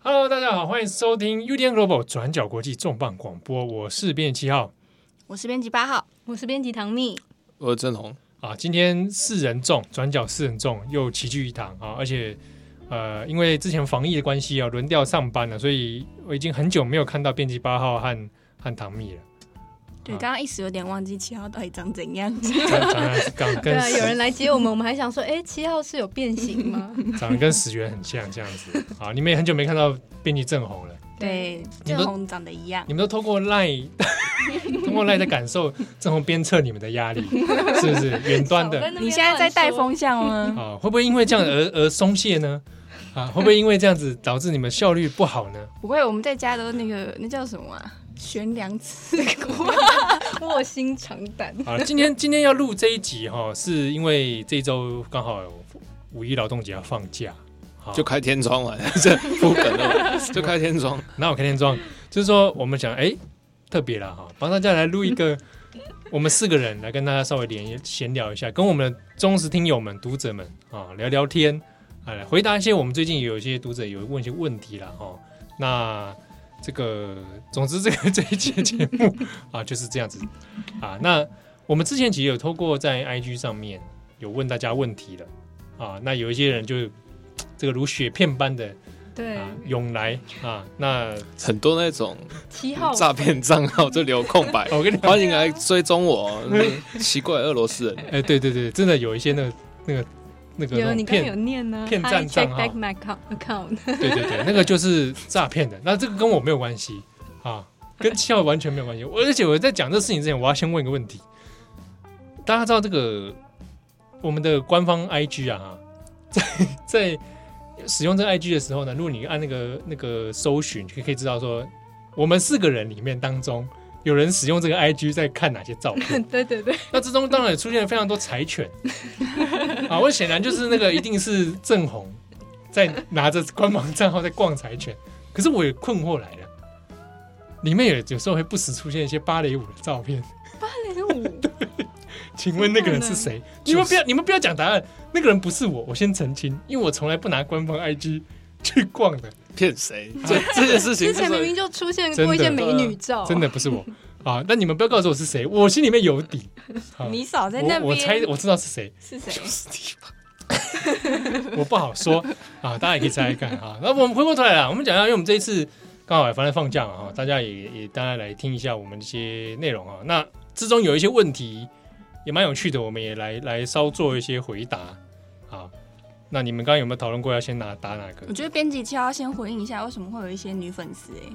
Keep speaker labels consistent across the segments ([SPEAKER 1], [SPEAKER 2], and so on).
[SPEAKER 1] Hello，大家好，欢迎收听 UDN Global 转角国际重磅广播，我是编辑七号
[SPEAKER 2] 我是编辑八号，
[SPEAKER 3] 我是编辑唐蜜，
[SPEAKER 4] 我是呃郑红，
[SPEAKER 1] 啊。今天四人众转角四人众又齐聚一堂啊，而且呃，因为之前防疫的关系啊，轮调上班了，所以我已经很久没有看到编辑八号和和唐蜜了。
[SPEAKER 2] 对，
[SPEAKER 1] 啊
[SPEAKER 2] 刚刚一时有点忘记七号到底长怎 样。
[SPEAKER 1] 长长长
[SPEAKER 3] 对
[SPEAKER 1] 跟
[SPEAKER 3] 啊，有
[SPEAKER 1] 死
[SPEAKER 3] 人来接我们，我们还想说，哎，七号是有变形 吗？
[SPEAKER 1] 长得跟死源很像这样子啊。你们也很久没看到编辑正红了，
[SPEAKER 2] 对，
[SPEAKER 1] 你
[SPEAKER 2] 正
[SPEAKER 1] 们
[SPEAKER 2] 红长得一样。
[SPEAKER 1] 你们都透过 Line 通过 Line 的感受正红鞭策你们的压力，是不是远端的？
[SPEAKER 2] 你现在在带风向吗？
[SPEAKER 1] 啊，会不会因为这样而而松懈呢？啊，会不会因为这样子导致你们效率不好呢？
[SPEAKER 2] 不会，我们在家都那个那叫什么啊？悬梁 刺股。
[SPEAKER 3] 卧薪尝胆，
[SPEAKER 1] 啊，今天 今天要录这一集哈、是因为这周刚好有五一劳动节要放假，好
[SPEAKER 4] 就开天窗了，这不可能，就开天窗。
[SPEAKER 1] 哪有开天窗？就是说我们想哎、特别啦哈，帮大家来录一个， 我们四个人来跟大家稍微连闲聊一下，跟我们的忠实听友们、读者们啊聊聊天，啊来回答一些我们最近有一些读者有问一些问题啦哈、哦那这个，总之这个这一期的节目啊就是这样子啊。那我们之前其实有透过在 IG 上面有问大家问题的啊，那有一些人就这个如雪片般的
[SPEAKER 3] 对，
[SPEAKER 1] 啊涌来啊，那，
[SPEAKER 4] 很多那种
[SPEAKER 3] 七号
[SPEAKER 4] 诈骗账号就留空白
[SPEAKER 1] 我跟你讲，
[SPEAKER 4] 欢迎来追踪我。嗯奇怪，俄罗斯人，
[SPEAKER 1] 哎、对对对，真的有一些那个那个那个那
[SPEAKER 3] 有
[SPEAKER 1] 种
[SPEAKER 3] 你刚刚有
[SPEAKER 1] 骗，
[SPEAKER 3] 念呢
[SPEAKER 1] 骗
[SPEAKER 3] ，I
[SPEAKER 1] 赞账
[SPEAKER 3] check
[SPEAKER 1] 号
[SPEAKER 3] back my account- account，
[SPEAKER 1] 对对对，那个就是诈骗的。那这个跟我没有关系啊，跟七号完全没有关系。我而且我在讲这事情之前，我要先问一个问题：大家知道这个我们的官方 IG 啊， 在在使用这个 IG 的时候呢，如果你按那个那个搜寻，就可以知道说，我们四个人里面当中有人使用这个 IG 在看哪些照片。
[SPEAKER 3] 对对对，
[SPEAKER 1] 那之中当然也出现了非常多柴犬啊，我显然就是那个一定是正红在拿着官方账号在逛柴犬，可是我也困惑来了，里面有有时候会不时出现一些芭蕾舞的照片，
[SPEAKER 3] 那五
[SPEAKER 1] 请问那个人是谁？你们不要你们不要讲答案，那个人不是我，我先澄清，因为我从来不拿官方 IG 去逛的，
[SPEAKER 4] 骗谁？这这件事情
[SPEAKER 3] 之
[SPEAKER 4] 就
[SPEAKER 3] 前明
[SPEAKER 4] 是
[SPEAKER 3] 明就出现过一些美女照，
[SPEAKER 1] 真的不是我啊，那你们不要告诉我是谁，我心里面有底，啊、
[SPEAKER 2] 你少在那
[SPEAKER 1] 我我猜
[SPEAKER 2] 边。
[SPEAKER 1] 我知道是谁。
[SPEAKER 2] 是谁？
[SPEAKER 1] 我不好说啊，大家也可以猜猜看啊。那我们回过头来啦，我们讲一下，因为我们这一次刚好反正放假嘛哈，大家也也大家来听一下我们这些内容啊。那之中有一些问题也蛮有趣的，我们也来来稍做一些回答啊。那你们刚刚有没有讨论过要先拿打哪个
[SPEAKER 2] 我？觉得编辑七号先回应一下，为什么会有一些女粉丝？哎，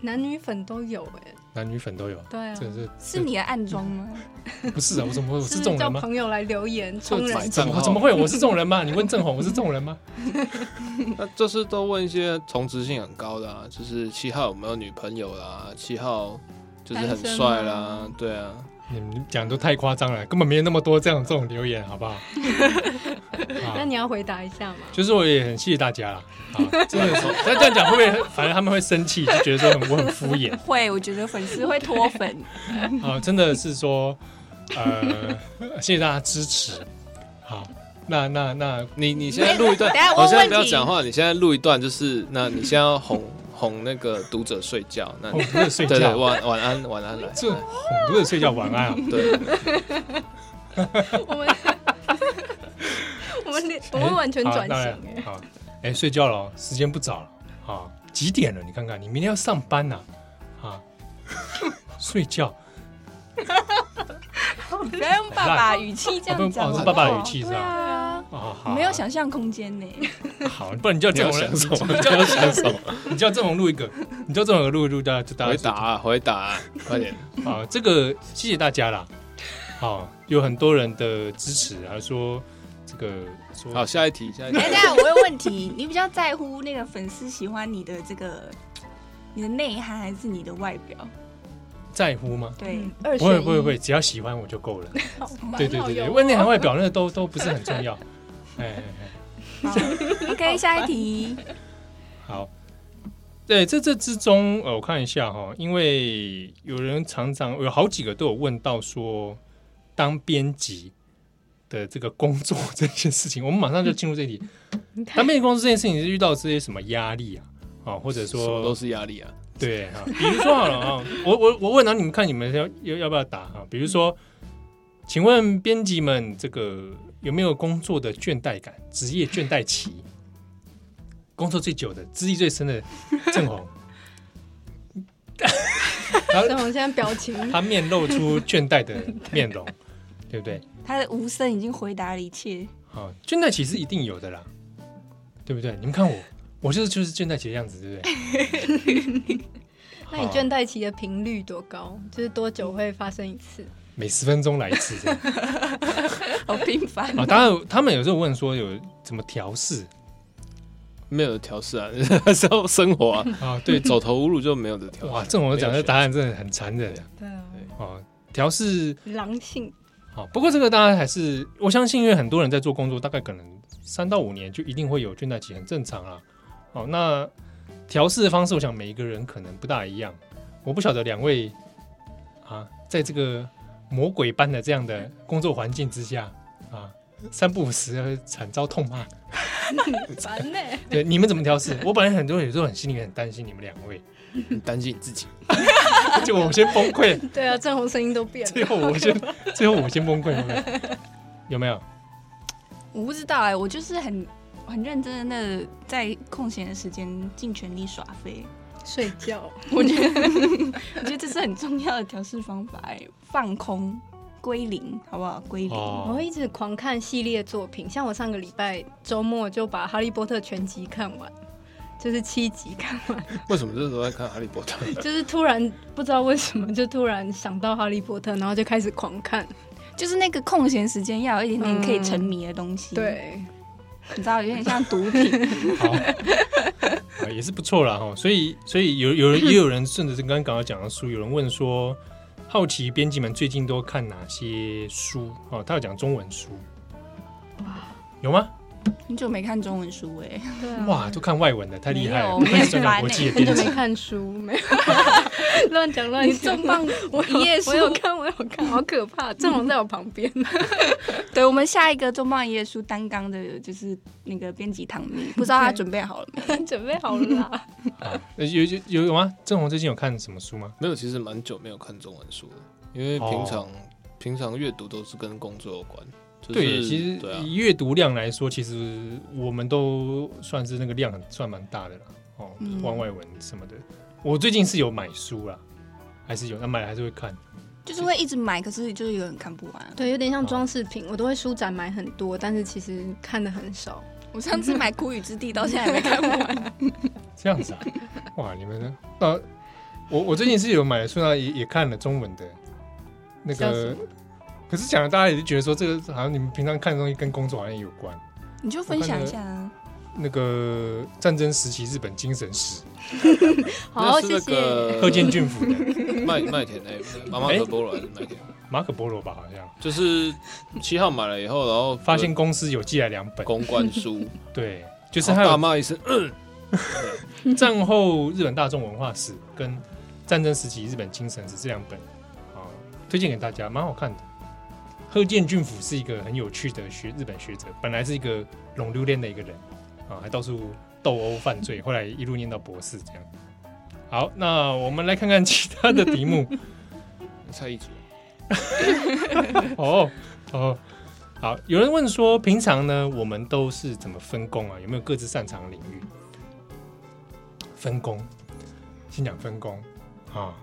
[SPEAKER 3] 男女粉都有哎，
[SPEAKER 1] 男女粉都有，
[SPEAKER 3] 对啊
[SPEAKER 1] 这，是
[SPEAKER 2] 是你的暗装吗？
[SPEAKER 1] 不是啊？我怎么会我
[SPEAKER 3] 是
[SPEAKER 1] 是这
[SPEAKER 3] 不
[SPEAKER 1] 种
[SPEAKER 3] 是叫
[SPEAKER 1] 人吗？
[SPEAKER 3] 朋友来留言
[SPEAKER 4] 就
[SPEAKER 3] 冲人
[SPEAKER 4] 买？
[SPEAKER 1] 怎
[SPEAKER 4] 账
[SPEAKER 1] 么
[SPEAKER 4] 号，
[SPEAKER 1] 怎么会我是这种人吗？你问郑红我是这种人吗？
[SPEAKER 4] 那就是都问一些同质性很高的，啊，就是七号有没有女朋友啦？七号就是很帅啦，对啊，
[SPEAKER 1] 你们讲都太夸张了，根本没有那么多这样这种留言， 好不好？啊
[SPEAKER 3] 那你要回答一 下吗？
[SPEAKER 1] 就是我也很谢谢大家啦，啊，真的是，但这样讲会不会反正他们会生气，就觉得说很我很敷衍
[SPEAKER 2] 会，我觉得粉丝会脱 粉。
[SPEAKER 1] 啊？真的是说，呃，谢谢大家支持，好，那那那
[SPEAKER 4] 你你现在录一段
[SPEAKER 2] 等一下，
[SPEAKER 4] 我
[SPEAKER 2] 问
[SPEAKER 4] 现在不
[SPEAKER 2] 问
[SPEAKER 4] 要
[SPEAKER 2] 题
[SPEAKER 4] 讲话，你现在录一段，就是那你现在要哄哄那个读者睡觉，那
[SPEAKER 1] 哄
[SPEAKER 4] 你
[SPEAKER 1] 读者睡
[SPEAKER 4] 对对
[SPEAKER 1] 觉，
[SPEAKER 4] 晚晚安晚安来，
[SPEAKER 1] 这哄读者睡觉晚安啊，
[SPEAKER 4] 对，
[SPEAKER 3] 我们 我们连 我们完全转型哎
[SPEAKER 1] 哎，，好，哎，睡觉了哦，时间不早了，啊，几点了？你看看，你明天要上班呐，啊，睡觉，
[SPEAKER 2] 不要用爸爸语气这
[SPEAKER 1] 啊不
[SPEAKER 2] 样讲
[SPEAKER 1] 哦，
[SPEAKER 2] 好
[SPEAKER 1] 是
[SPEAKER 2] 不
[SPEAKER 1] 爸
[SPEAKER 2] 好
[SPEAKER 1] 爸语气是
[SPEAKER 2] 对
[SPEAKER 1] 吧？
[SPEAKER 2] 啊，
[SPEAKER 1] 啊，好好，
[SPEAKER 2] 没有想象空间呢。
[SPEAKER 1] 好，不然你叫
[SPEAKER 4] 你
[SPEAKER 1] 郑
[SPEAKER 4] 要
[SPEAKER 1] 红来
[SPEAKER 4] 想什么？
[SPEAKER 1] 你
[SPEAKER 4] 你
[SPEAKER 1] 叫
[SPEAKER 4] 要想什么？
[SPEAKER 1] 你叫郑红录一个，你叫郑红录一录，大家就大家
[SPEAKER 4] 回
[SPEAKER 1] 知道
[SPEAKER 4] 答、啊、回答、啊，快 点！
[SPEAKER 1] 啊，这个谢谢大家啦。好、有很多人的支持，还说这个说
[SPEAKER 4] 好，下一题，下一 题
[SPEAKER 2] 哎，。等一下我有问题，你比较在乎那个粉丝喜欢你的这个你的内涵，还是你的外表？
[SPEAKER 1] 在乎吗？
[SPEAKER 2] 对，
[SPEAKER 3] 嗯二
[SPEAKER 1] 不
[SPEAKER 3] 选
[SPEAKER 1] 会
[SPEAKER 3] 一
[SPEAKER 1] 不会不会，只要喜欢我就够 了。
[SPEAKER 3] 好吧
[SPEAKER 1] 对对对对，
[SPEAKER 3] 好有
[SPEAKER 1] 问内涵外表那个都都不是很重 要。哎哎，哎
[SPEAKER 2] OK，下一题。
[SPEAKER 1] 好。对，这这之中，呃，我看一下哈、因为有人常常有好几个都有问到说，当编辑的这个工作 这件事情，我们马上就进入这一题。当编辑工作这件事情是遇到这些什么压力啊？啊、哦，或者
[SPEAKER 4] 什么
[SPEAKER 1] 说
[SPEAKER 4] 都是压力啊。
[SPEAKER 1] 对哈、比如说好了啊、我我我问到你们看你们要要要不要打哈、比如说，请问编辑们这个有没有工作的倦怠感、职业倦怠期？工作最久的、资历最深的郑红，
[SPEAKER 3] 所以我现在表情
[SPEAKER 1] 他面露出倦怠的面容，对不对？
[SPEAKER 2] 他的无声已经回答了一切。
[SPEAKER 1] 好，倦怠期是一定有的啦，对不对？你们看我，我就是就是倦怠期的样子，对不对？
[SPEAKER 3] 那你倦怠期的频率多高？就是多
[SPEAKER 2] 嗯
[SPEAKER 3] 久会发生一次？
[SPEAKER 1] 每十分钟来一次这样。
[SPEAKER 2] 好频繁
[SPEAKER 1] 啊，当然，他们有时候问说有怎么调试
[SPEAKER 4] 没有调试啊， 是要生活 啊。
[SPEAKER 1] 啊？
[SPEAKER 4] 对，走投无路就没有的调。
[SPEAKER 1] 哇，郑红讲的答案真的很残忍
[SPEAKER 3] 对啊，
[SPEAKER 1] 哦。调试
[SPEAKER 3] 狼 性
[SPEAKER 1] 好，不过这个大家还是我相信，因为很多人在做工作，大概可能三到五年就一定会有倦怠期，很正常啊。哦，那调试的方式，我想每一个人可能不大一样。我不晓得两位啊，在这个魔鬼般的这样的工作环境之下啊，三不五时会惨遭痛骂。
[SPEAKER 3] 很烦呢。
[SPEAKER 1] 对，你们怎么调试？我本来很多人有时候很心里面很担心你们两位，
[SPEAKER 4] 你担心你自己，
[SPEAKER 1] 就我先崩溃，
[SPEAKER 3] 对啊，正红声音都变
[SPEAKER 1] 最
[SPEAKER 3] 了。
[SPEAKER 1] 后我先，最后我先崩溃，有没有？有没有？
[SPEAKER 2] 我不知道哎、我就是很很认真的在空闲的时间尽全力耍飞。
[SPEAKER 3] 睡觉，
[SPEAKER 2] 我觉得我觉得这是很重要的调试方法哎、放空归零，好不好？归
[SPEAKER 1] 哦
[SPEAKER 2] 零。
[SPEAKER 3] 我会一直狂看系列作品。像我上个礼拜周末就把《哈利波特》全集看完，就是七集看完。
[SPEAKER 4] 为什么这时候在看《哈利波特》？
[SPEAKER 3] 就是突然不知道为什么，就突然想到《哈利波特》，然后就开始狂看。
[SPEAKER 2] 就是那个空闲时间要有一点点可以
[SPEAKER 3] 嗯
[SPEAKER 2] 沉迷的东西，，
[SPEAKER 3] 对，
[SPEAKER 2] 你知道有点像毒 品，
[SPEAKER 1] 好，啊也是不错啦哈。所以，所以有有人也有人顺着这刚刚刚讲的书，有人问说，好奇编辑们最近都看哪些书？哦，他有讲中文书，有吗？
[SPEAKER 2] 很久没看中文书哎、
[SPEAKER 3] 对啊，
[SPEAKER 1] 哇，都看外文的，太厉害 了！
[SPEAKER 2] 没
[SPEAKER 1] 不
[SPEAKER 2] 有
[SPEAKER 1] 愧是专讲国际的
[SPEAKER 3] 很
[SPEAKER 1] 编
[SPEAKER 3] 久
[SPEAKER 1] 辑
[SPEAKER 3] 没看书，没 有乱讲乱
[SPEAKER 2] 你
[SPEAKER 3] 讲。
[SPEAKER 2] 重磅
[SPEAKER 3] 我有
[SPEAKER 2] 一页书
[SPEAKER 3] 我有看，我有看，好可怕！郑红在我旁边，
[SPEAKER 2] 对我们下一个重磅一页书担纲的就是那个编辑唐蜜，不知道他
[SPEAKER 3] 对
[SPEAKER 2] 准备好了没？
[SPEAKER 3] 准备好了啦。
[SPEAKER 1] 啊。呃有有有有吗？郑红最近有看什么书吗？
[SPEAKER 4] 没有，其实蛮久没有看中文书了，因为平常、平常阅读都是跟工作有关。就是、
[SPEAKER 1] 对，其实
[SPEAKER 4] 哦对啊，
[SPEAKER 1] 以阅读量来说，其实我们都算是那个量很算蛮大的啦。哦，
[SPEAKER 2] 嗯
[SPEAKER 1] 万外文什么的，我最近是有买书啦，还是有，那买了还是会看。
[SPEAKER 2] 就是会一直买，可是就是有点看不完。
[SPEAKER 3] 对，有点像装饰品，我都会书展买很多，但是其实看的很少。
[SPEAKER 2] 我上次买《苦雨之地》到现在还没看完，
[SPEAKER 1] 这样子 啊，哇，你们呢？那我我最近是有买书呢，也也看了中文的那
[SPEAKER 3] 叫什
[SPEAKER 1] 个，可是讲了大家也是觉得说这个好像你们平常看的东西跟工作好像也有关。
[SPEAKER 2] 你就分享一下啊。
[SPEAKER 1] 那个战争时期日本精神史，
[SPEAKER 3] 好，
[SPEAKER 4] 那是
[SPEAKER 3] 谢
[SPEAKER 4] 那
[SPEAKER 3] 谢。
[SPEAKER 4] 个
[SPEAKER 1] 贺间俊辅的
[SPEAKER 4] 麦麦田那 个妈妈
[SPEAKER 1] 哎
[SPEAKER 4] 和波罗还是麦田，
[SPEAKER 1] 马可波罗吧，好像
[SPEAKER 4] 就是七号买了以后，然后
[SPEAKER 1] 发现公司有寄来两本，
[SPEAKER 4] 公关书，
[SPEAKER 1] 对，就
[SPEAKER 4] 就是
[SPEAKER 1] 还
[SPEAKER 4] 大
[SPEAKER 1] 有
[SPEAKER 4] 骂一声， 嗯，
[SPEAKER 1] 战后日本大众文化史跟战争时期日本精神史这两本啊、推荐给大家，蛮好看的。贺建俊辅是一个很有趣的学日本学者，本来是一个龙溜恋的一个人啊，还到处斗殴犯罪，后来一路念到博士这样。好，那我们来看看其他的题目
[SPEAKER 4] 蔡一竹，
[SPEAKER 1] 哦哦。好，有人问说，平常呢我们都是怎么分工啊？有没有各自擅长的领域？分工，先讲分工啊，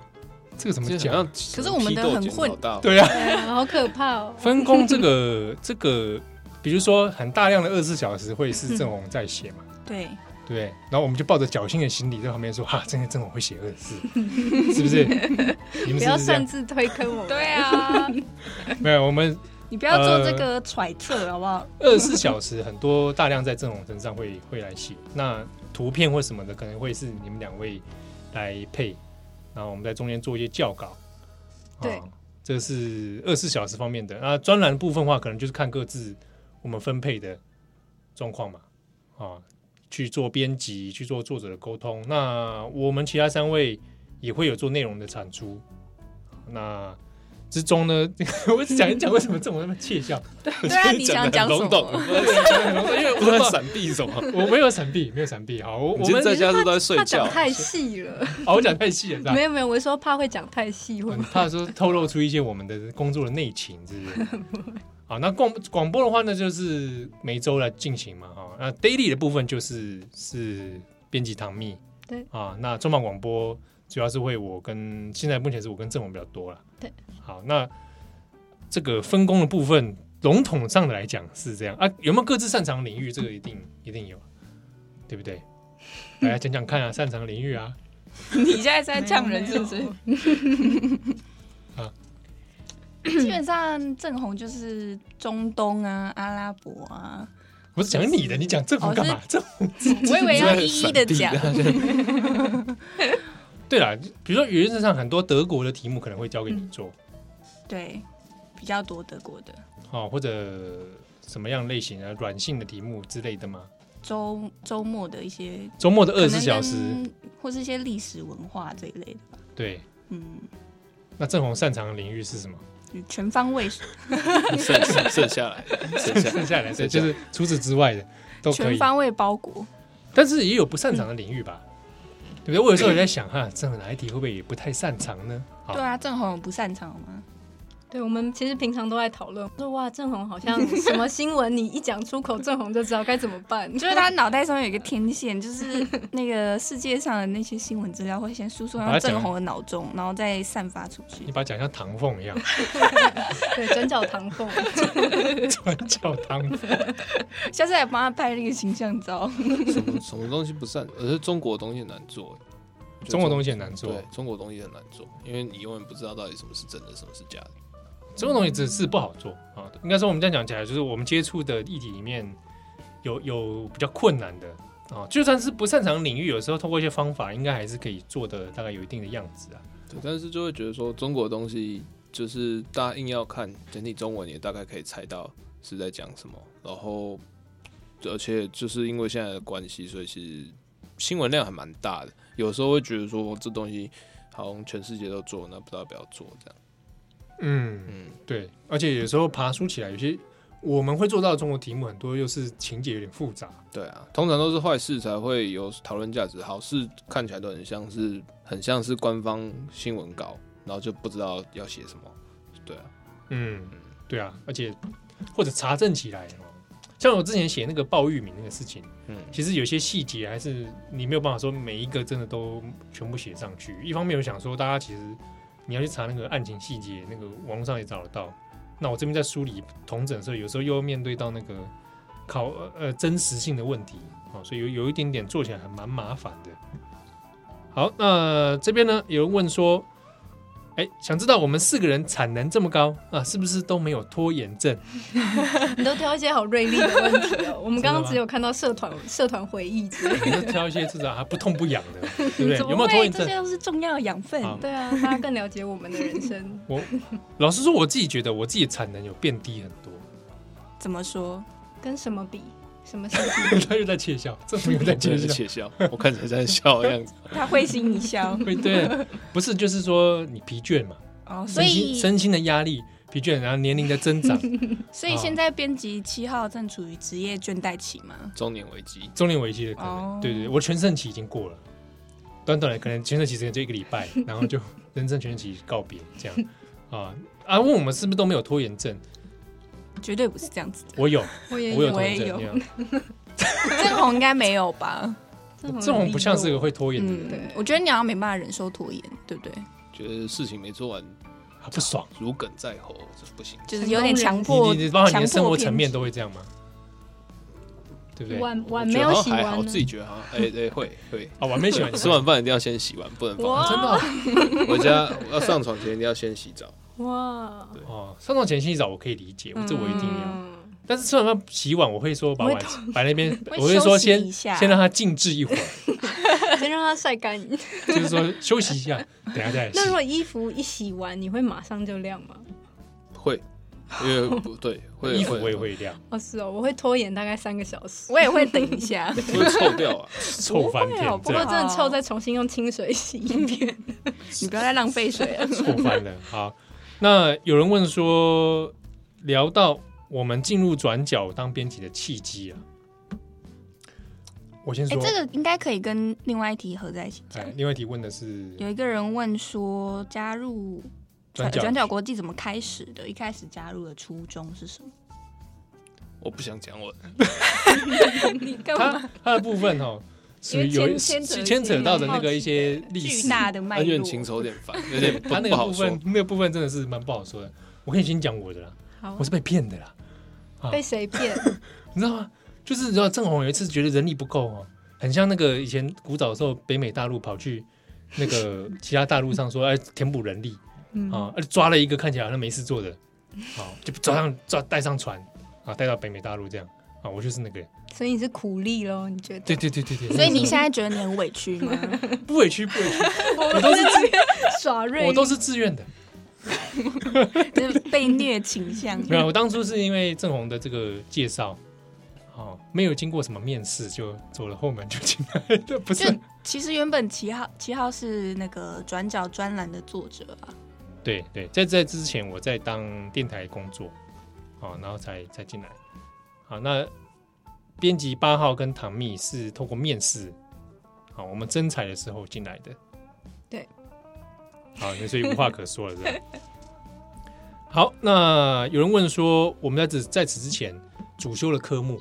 [SPEAKER 1] 这个怎么
[SPEAKER 4] 这好
[SPEAKER 1] 讲
[SPEAKER 4] 像？
[SPEAKER 2] 可是我们的很
[SPEAKER 4] 批斗
[SPEAKER 2] 混
[SPEAKER 4] 检讨大会
[SPEAKER 1] 对呀、
[SPEAKER 3] 对啊好可怕 哦！
[SPEAKER 1] 分工这个这个，比如说很大量的二十四小时会是郑红在写嘛，
[SPEAKER 2] 对，
[SPEAKER 1] 对不对？然后我们就抱着侥幸的心理在旁边说：“哈、真的郑红会写二十四，是不是？”你们
[SPEAKER 3] 不
[SPEAKER 1] 是
[SPEAKER 3] 要
[SPEAKER 1] 不是这
[SPEAKER 3] 擅
[SPEAKER 1] 样？
[SPEAKER 3] 自推坑我们。
[SPEAKER 2] 对啊，
[SPEAKER 1] 没有，我们
[SPEAKER 2] 你不要做这个揣测，好不好？
[SPEAKER 1] 二十四小时很多大量在郑红身上会 会来写，那图片或什么的可能会是你们两位来配，然后我们在中间做一些校稿。啊
[SPEAKER 3] 对
[SPEAKER 1] 这是二十四小时方面的。那专栏部分的话，可能就是看各自我们分配的状况嘛，啊，去做编辑，去做作者的沟通。那我们其他三位也会有做内容的产出。那之中呢， 我讲一讲为什么这么那么窃笑，
[SPEAKER 2] 对 啊，你想讲
[SPEAKER 4] 讲得
[SPEAKER 2] 什
[SPEAKER 4] 很
[SPEAKER 2] 么？
[SPEAKER 4] 笼统，因为我 在闪避什么？
[SPEAKER 1] 我没有闪避，没有闪避。好，我
[SPEAKER 4] 你
[SPEAKER 1] 我
[SPEAKER 4] 今
[SPEAKER 1] 们
[SPEAKER 4] 天在家是不是都在
[SPEAKER 3] 他
[SPEAKER 4] 睡
[SPEAKER 3] 讲
[SPEAKER 4] 觉？
[SPEAKER 3] 太细了，
[SPEAKER 1] 哦，我讲太细了，是吧？
[SPEAKER 3] 没有没有，我是说怕会讲太细，会
[SPEAKER 1] 很
[SPEAKER 3] 不
[SPEAKER 1] 嗯
[SPEAKER 3] 会
[SPEAKER 1] 怕说透露出一些我们的工作的内情，是 不是？好，那广广播的话呢，就是每周来进行嘛，哈、那 daily 的部分就是是编辑唐蜜，
[SPEAKER 3] 对
[SPEAKER 1] 啊，那重磅广播主要是会我跟现在目前是我跟郑文比较多了，
[SPEAKER 3] 对，
[SPEAKER 1] 好，那这个分工的部分，笼统上的来讲是这样啊，有没有各自擅长领域？这个一 定一定有，对不对？大家讲讲看啊，擅长领域啊，
[SPEAKER 2] 你现在在呛人是不啊是？基本上正红就是中东啊、阿拉伯啊，
[SPEAKER 1] 我哦是讲你的，你讲政府干嘛？这
[SPEAKER 2] 我以为要一一的讲
[SPEAKER 4] 你。在闪避
[SPEAKER 1] 对啦，比如说原则上很多德国的题目可能会交给
[SPEAKER 2] 嗯
[SPEAKER 1] 你做，
[SPEAKER 2] 对，比较多德国的
[SPEAKER 1] 哦，或者什么样类型的软性的题目之类的嘛。
[SPEAKER 2] 周周末的一些
[SPEAKER 1] 周末的二十
[SPEAKER 2] 可能
[SPEAKER 1] 四
[SPEAKER 2] 跟
[SPEAKER 1] 小时，
[SPEAKER 2] 或是一些历史文化这一类的吧。
[SPEAKER 1] 对。
[SPEAKER 2] 嗯，
[SPEAKER 1] 那郑红擅长的领域是什 么？
[SPEAKER 2] 全方位、
[SPEAKER 4] 剩 剩剩下来，剩下
[SPEAKER 1] 剩
[SPEAKER 4] 来
[SPEAKER 1] 下来的
[SPEAKER 4] 剩下
[SPEAKER 1] 就
[SPEAKER 4] 来
[SPEAKER 1] 是除此之外的 都可
[SPEAKER 2] 全
[SPEAKER 1] 以，
[SPEAKER 2] 方位包裹。
[SPEAKER 1] 但是也有不擅长的领域吧，对不
[SPEAKER 2] 嗯
[SPEAKER 1] 对？我有时候也在想啊哈，郑红哪一题会不会也不太擅长呢？好
[SPEAKER 2] 对，啊，正红不擅长吗？
[SPEAKER 3] 对，我们其实平常都在讨论，说哇，郑红好像什么新闻，你一讲出口，郑红就知道该怎么办。
[SPEAKER 2] 就是他脑袋上面有一个天线，就是那个世界上的那些新闻资料会先输送
[SPEAKER 1] 把它
[SPEAKER 2] 到
[SPEAKER 1] 讲
[SPEAKER 2] 正红的脑中，然后再散发出去
[SPEAKER 1] 你。把它讲像唐凤一样，
[SPEAKER 3] 对，转角唐凤，
[SPEAKER 1] 专叫唐凤。
[SPEAKER 2] 下次来帮他拍那个形象照。
[SPEAKER 4] 什么什么东西不善，而是中国东西很难做。我觉得
[SPEAKER 1] 中国东西很难做
[SPEAKER 4] 对，中国东西很难做，因为你永远不知道到底什么是真的，什么是假的。
[SPEAKER 1] 这种东西只是不好做啊。应该说我们这样讲起来，就是我们接触的议题里面有有比较困难的啊，就算是不擅长领域，有时候通过一些方法，应该还是可以做的大概有一定的样子啊。
[SPEAKER 4] 对，但是就会觉得说中国东西就是大家硬要看简体中文，也大概可以猜到是在讲什么。然后，而且就是因为现在的关系，所以其实新闻量还蛮大的。有时候会觉得说这东西好像全世界都做，那不知道要不要做这样。
[SPEAKER 1] 嗯，
[SPEAKER 4] 嗯，
[SPEAKER 1] 对，而且有时候爬书起来，有些我们会做到的中国题目很多，又是情节有点复杂。
[SPEAKER 4] 对啊，通常都是坏事才会有讨论价值，好事看起来都很像是很像是官方新闻稿，然后就不知道要写什么。对啊，
[SPEAKER 1] 嗯，对啊，而且或者查证起来哦，像我之前写那个鲍玉明那个事情，
[SPEAKER 4] 嗯
[SPEAKER 1] 其实有些细节还是你没有办法说每一个真的都全部写上去。一方面我想说，大家其实你要去查那个案情细节，那个网络上也找得到。那我这边在梳理同整的时候，有时候又要面对到那个考呃真实性的问题哦，所以有有一点点做起来还蛮麻烦的。好，那这边呢有人问说，哎，想知道我们四个人产能这么高啊，是不是都没有拖延症？
[SPEAKER 3] 你都挑一些好锐利的问题 哦。我们
[SPEAKER 1] 真的
[SPEAKER 3] 刚刚
[SPEAKER 1] 吗
[SPEAKER 3] 只有看到社团社团回忆之类的，
[SPEAKER 1] 你就挑一些至少还不痛不痒 的，对不对？
[SPEAKER 2] 怎 么
[SPEAKER 1] 有没有拖
[SPEAKER 2] 会
[SPEAKER 1] 延
[SPEAKER 2] 这
[SPEAKER 1] 症
[SPEAKER 2] 些？都是重要的养分。
[SPEAKER 1] 好
[SPEAKER 3] 对啊，大家更了解我们的人生。
[SPEAKER 1] 我老实说，我自己觉得我自己产能有变低很多。
[SPEAKER 2] 怎么说？
[SPEAKER 3] 跟什么比？什么事情？
[SPEAKER 1] 他又在窃笑，这朋友在窃
[SPEAKER 4] 是
[SPEAKER 1] 笑。
[SPEAKER 4] 窃笑，我看起来在笑的样子。
[SPEAKER 2] 他会心 一笑
[SPEAKER 1] 会对，不是就是说你疲倦嘛，
[SPEAKER 2] 哦，所
[SPEAKER 1] 身心
[SPEAKER 2] 以
[SPEAKER 1] 身心的压力、疲倦，然后年龄的增 长，
[SPEAKER 2] 所以现在编辑七号正处于职业倦怠期嘛？
[SPEAKER 4] 中年危机，
[SPEAKER 1] 中年危机的可能。
[SPEAKER 2] 哦
[SPEAKER 1] 对对，我全盛期已经过了，短短的可能全盛期只有就一个礼 拜，然后就人生全盛期告别这样啊啊！问我们是不是都没有拖延症？
[SPEAKER 2] 绝对不是这样子的。
[SPEAKER 1] 我有，
[SPEAKER 3] 我也
[SPEAKER 1] 我有
[SPEAKER 2] 我
[SPEAKER 1] 拖
[SPEAKER 2] 也
[SPEAKER 1] 延症
[SPEAKER 2] 有
[SPEAKER 1] 你有。
[SPEAKER 2] 正红应该没有吧？
[SPEAKER 1] 这种不像是个会拖延的人，
[SPEAKER 2] 嗯
[SPEAKER 3] 对，
[SPEAKER 2] 我觉得你好像没办法忍受拖延，对不对？
[SPEAKER 4] 觉得事情没做完，
[SPEAKER 2] 嗯
[SPEAKER 1] 啊不爽。
[SPEAKER 4] 如鲠在喉，这不行。
[SPEAKER 2] 就是有点强
[SPEAKER 1] 你
[SPEAKER 2] 迫
[SPEAKER 1] 你你，包含你
[SPEAKER 2] 强
[SPEAKER 1] 的生活
[SPEAKER 2] 迫
[SPEAKER 1] 层面
[SPEAKER 2] 偏
[SPEAKER 1] 都会这样吗？对不对？
[SPEAKER 3] 碗碗
[SPEAKER 4] 我觉
[SPEAKER 3] 没
[SPEAKER 4] 得
[SPEAKER 3] 有
[SPEAKER 4] 好
[SPEAKER 3] 洗
[SPEAKER 4] 像还好，
[SPEAKER 3] 完呢
[SPEAKER 4] 自己觉得好像哎对会 会。
[SPEAKER 1] 啊，完美喜欢 你
[SPEAKER 4] 吃完饭一定要先洗碗，不能放。
[SPEAKER 3] 哇
[SPEAKER 1] 真的啊
[SPEAKER 4] 我家我要上床前一定要先洗澡，
[SPEAKER 3] 哇，
[SPEAKER 1] 哦，上床前洗澡我可以理解，我这我一定要。
[SPEAKER 3] 嗯
[SPEAKER 1] 但是吃完饭洗碗，我会说把
[SPEAKER 3] 我会
[SPEAKER 1] 碗摆那边，
[SPEAKER 2] 会
[SPEAKER 1] 我会说
[SPEAKER 2] 休息
[SPEAKER 1] 先
[SPEAKER 2] 一下
[SPEAKER 1] 先让它静置一会儿，
[SPEAKER 3] 先让它晒 干。
[SPEAKER 1] 就是说休息一下，等一下 再来洗
[SPEAKER 3] 那。如果衣服一洗完，你会马上就晾吗？
[SPEAKER 4] 会，因为不对，会
[SPEAKER 1] 衣服我
[SPEAKER 4] 会
[SPEAKER 1] 也会晾，
[SPEAKER 3] 哦，是哦，我会拖延大概三个小时。
[SPEAKER 2] 我也会等 一下。
[SPEAKER 4] 会臭掉啊。
[SPEAKER 1] 臭翻天
[SPEAKER 2] 不
[SPEAKER 1] 这
[SPEAKER 2] 会啊，
[SPEAKER 3] 如果
[SPEAKER 1] 样
[SPEAKER 2] 不
[SPEAKER 3] 真的臭，再重新用清水洗一遍。
[SPEAKER 2] 你不要再浪费水了。
[SPEAKER 1] 臭翻了。好，那有人问说，聊到我们进入转角当编辑的契机啊，我先
[SPEAKER 2] 哎、
[SPEAKER 1] 说，
[SPEAKER 2] 这个应该可以跟另外一题合在一起讲
[SPEAKER 1] 哎。另外一题问的是
[SPEAKER 2] 有一个人问说，加入呃
[SPEAKER 1] 转角
[SPEAKER 2] 转角国际怎么开始的？一开始加入的初衷是什么？
[SPEAKER 4] 我不想讲我，
[SPEAKER 2] 你干嘛
[SPEAKER 1] 它它的部分哦，属于有
[SPEAKER 3] 因为牵牵扯
[SPEAKER 1] 牵扯到的那个一些历史
[SPEAKER 2] 巨，大的脉
[SPEAKER 4] 恩
[SPEAKER 2] 络
[SPEAKER 4] 怨？情仇有点烦，有点不
[SPEAKER 1] 它那
[SPEAKER 4] 不
[SPEAKER 1] 个
[SPEAKER 4] 好
[SPEAKER 1] 部
[SPEAKER 4] 说
[SPEAKER 1] 分。那个部分真的是蛮不好说的。我可以先讲我的啦，
[SPEAKER 3] 好
[SPEAKER 1] 我，是被骗的啦。
[SPEAKER 3] 被谁骗？
[SPEAKER 1] 你知道吗？就是你知道郑红有一次觉得人力不够哦，很像那个以前古早的时候北美大陆跑去那个其他大陆上说，哎，填补人力
[SPEAKER 3] 嗯，
[SPEAKER 1] 啊，而且抓了一个看起来好像没事做的，啊，就抓上抓带上船啊，带到北美大陆这样啊，我就是那个人，
[SPEAKER 3] 所以你是苦力喽？你觉得？
[SPEAKER 1] 对对对对对，
[SPEAKER 2] 所以你现在觉得你很委 屈吗？
[SPEAKER 1] 不委屈不 委屈，
[SPEAKER 3] 我都是耍锐，
[SPEAKER 1] 我都是自愿的。
[SPEAKER 2] 就是被虐倾向？
[SPEAKER 1] 没有，我当初是因为郑红的这个介绍，哦，没有经过什么面试就走了后门就进来的，不是
[SPEAKER 2] 就？其实原本七号七号是那个转角专栏的作者啊，
[SPEAKER 1] 对对，在在之前我在当电台工作，哦，然后才才进来。好，那编辑八号跟唐蜜是透过面试，好，我们征才的时候进来的。
[SPEAKER 3] 对，
[SPEAKER 1] 好，那所以无话可说了，是吧？ 好，那有人问说，我们在此在此之前主修了科目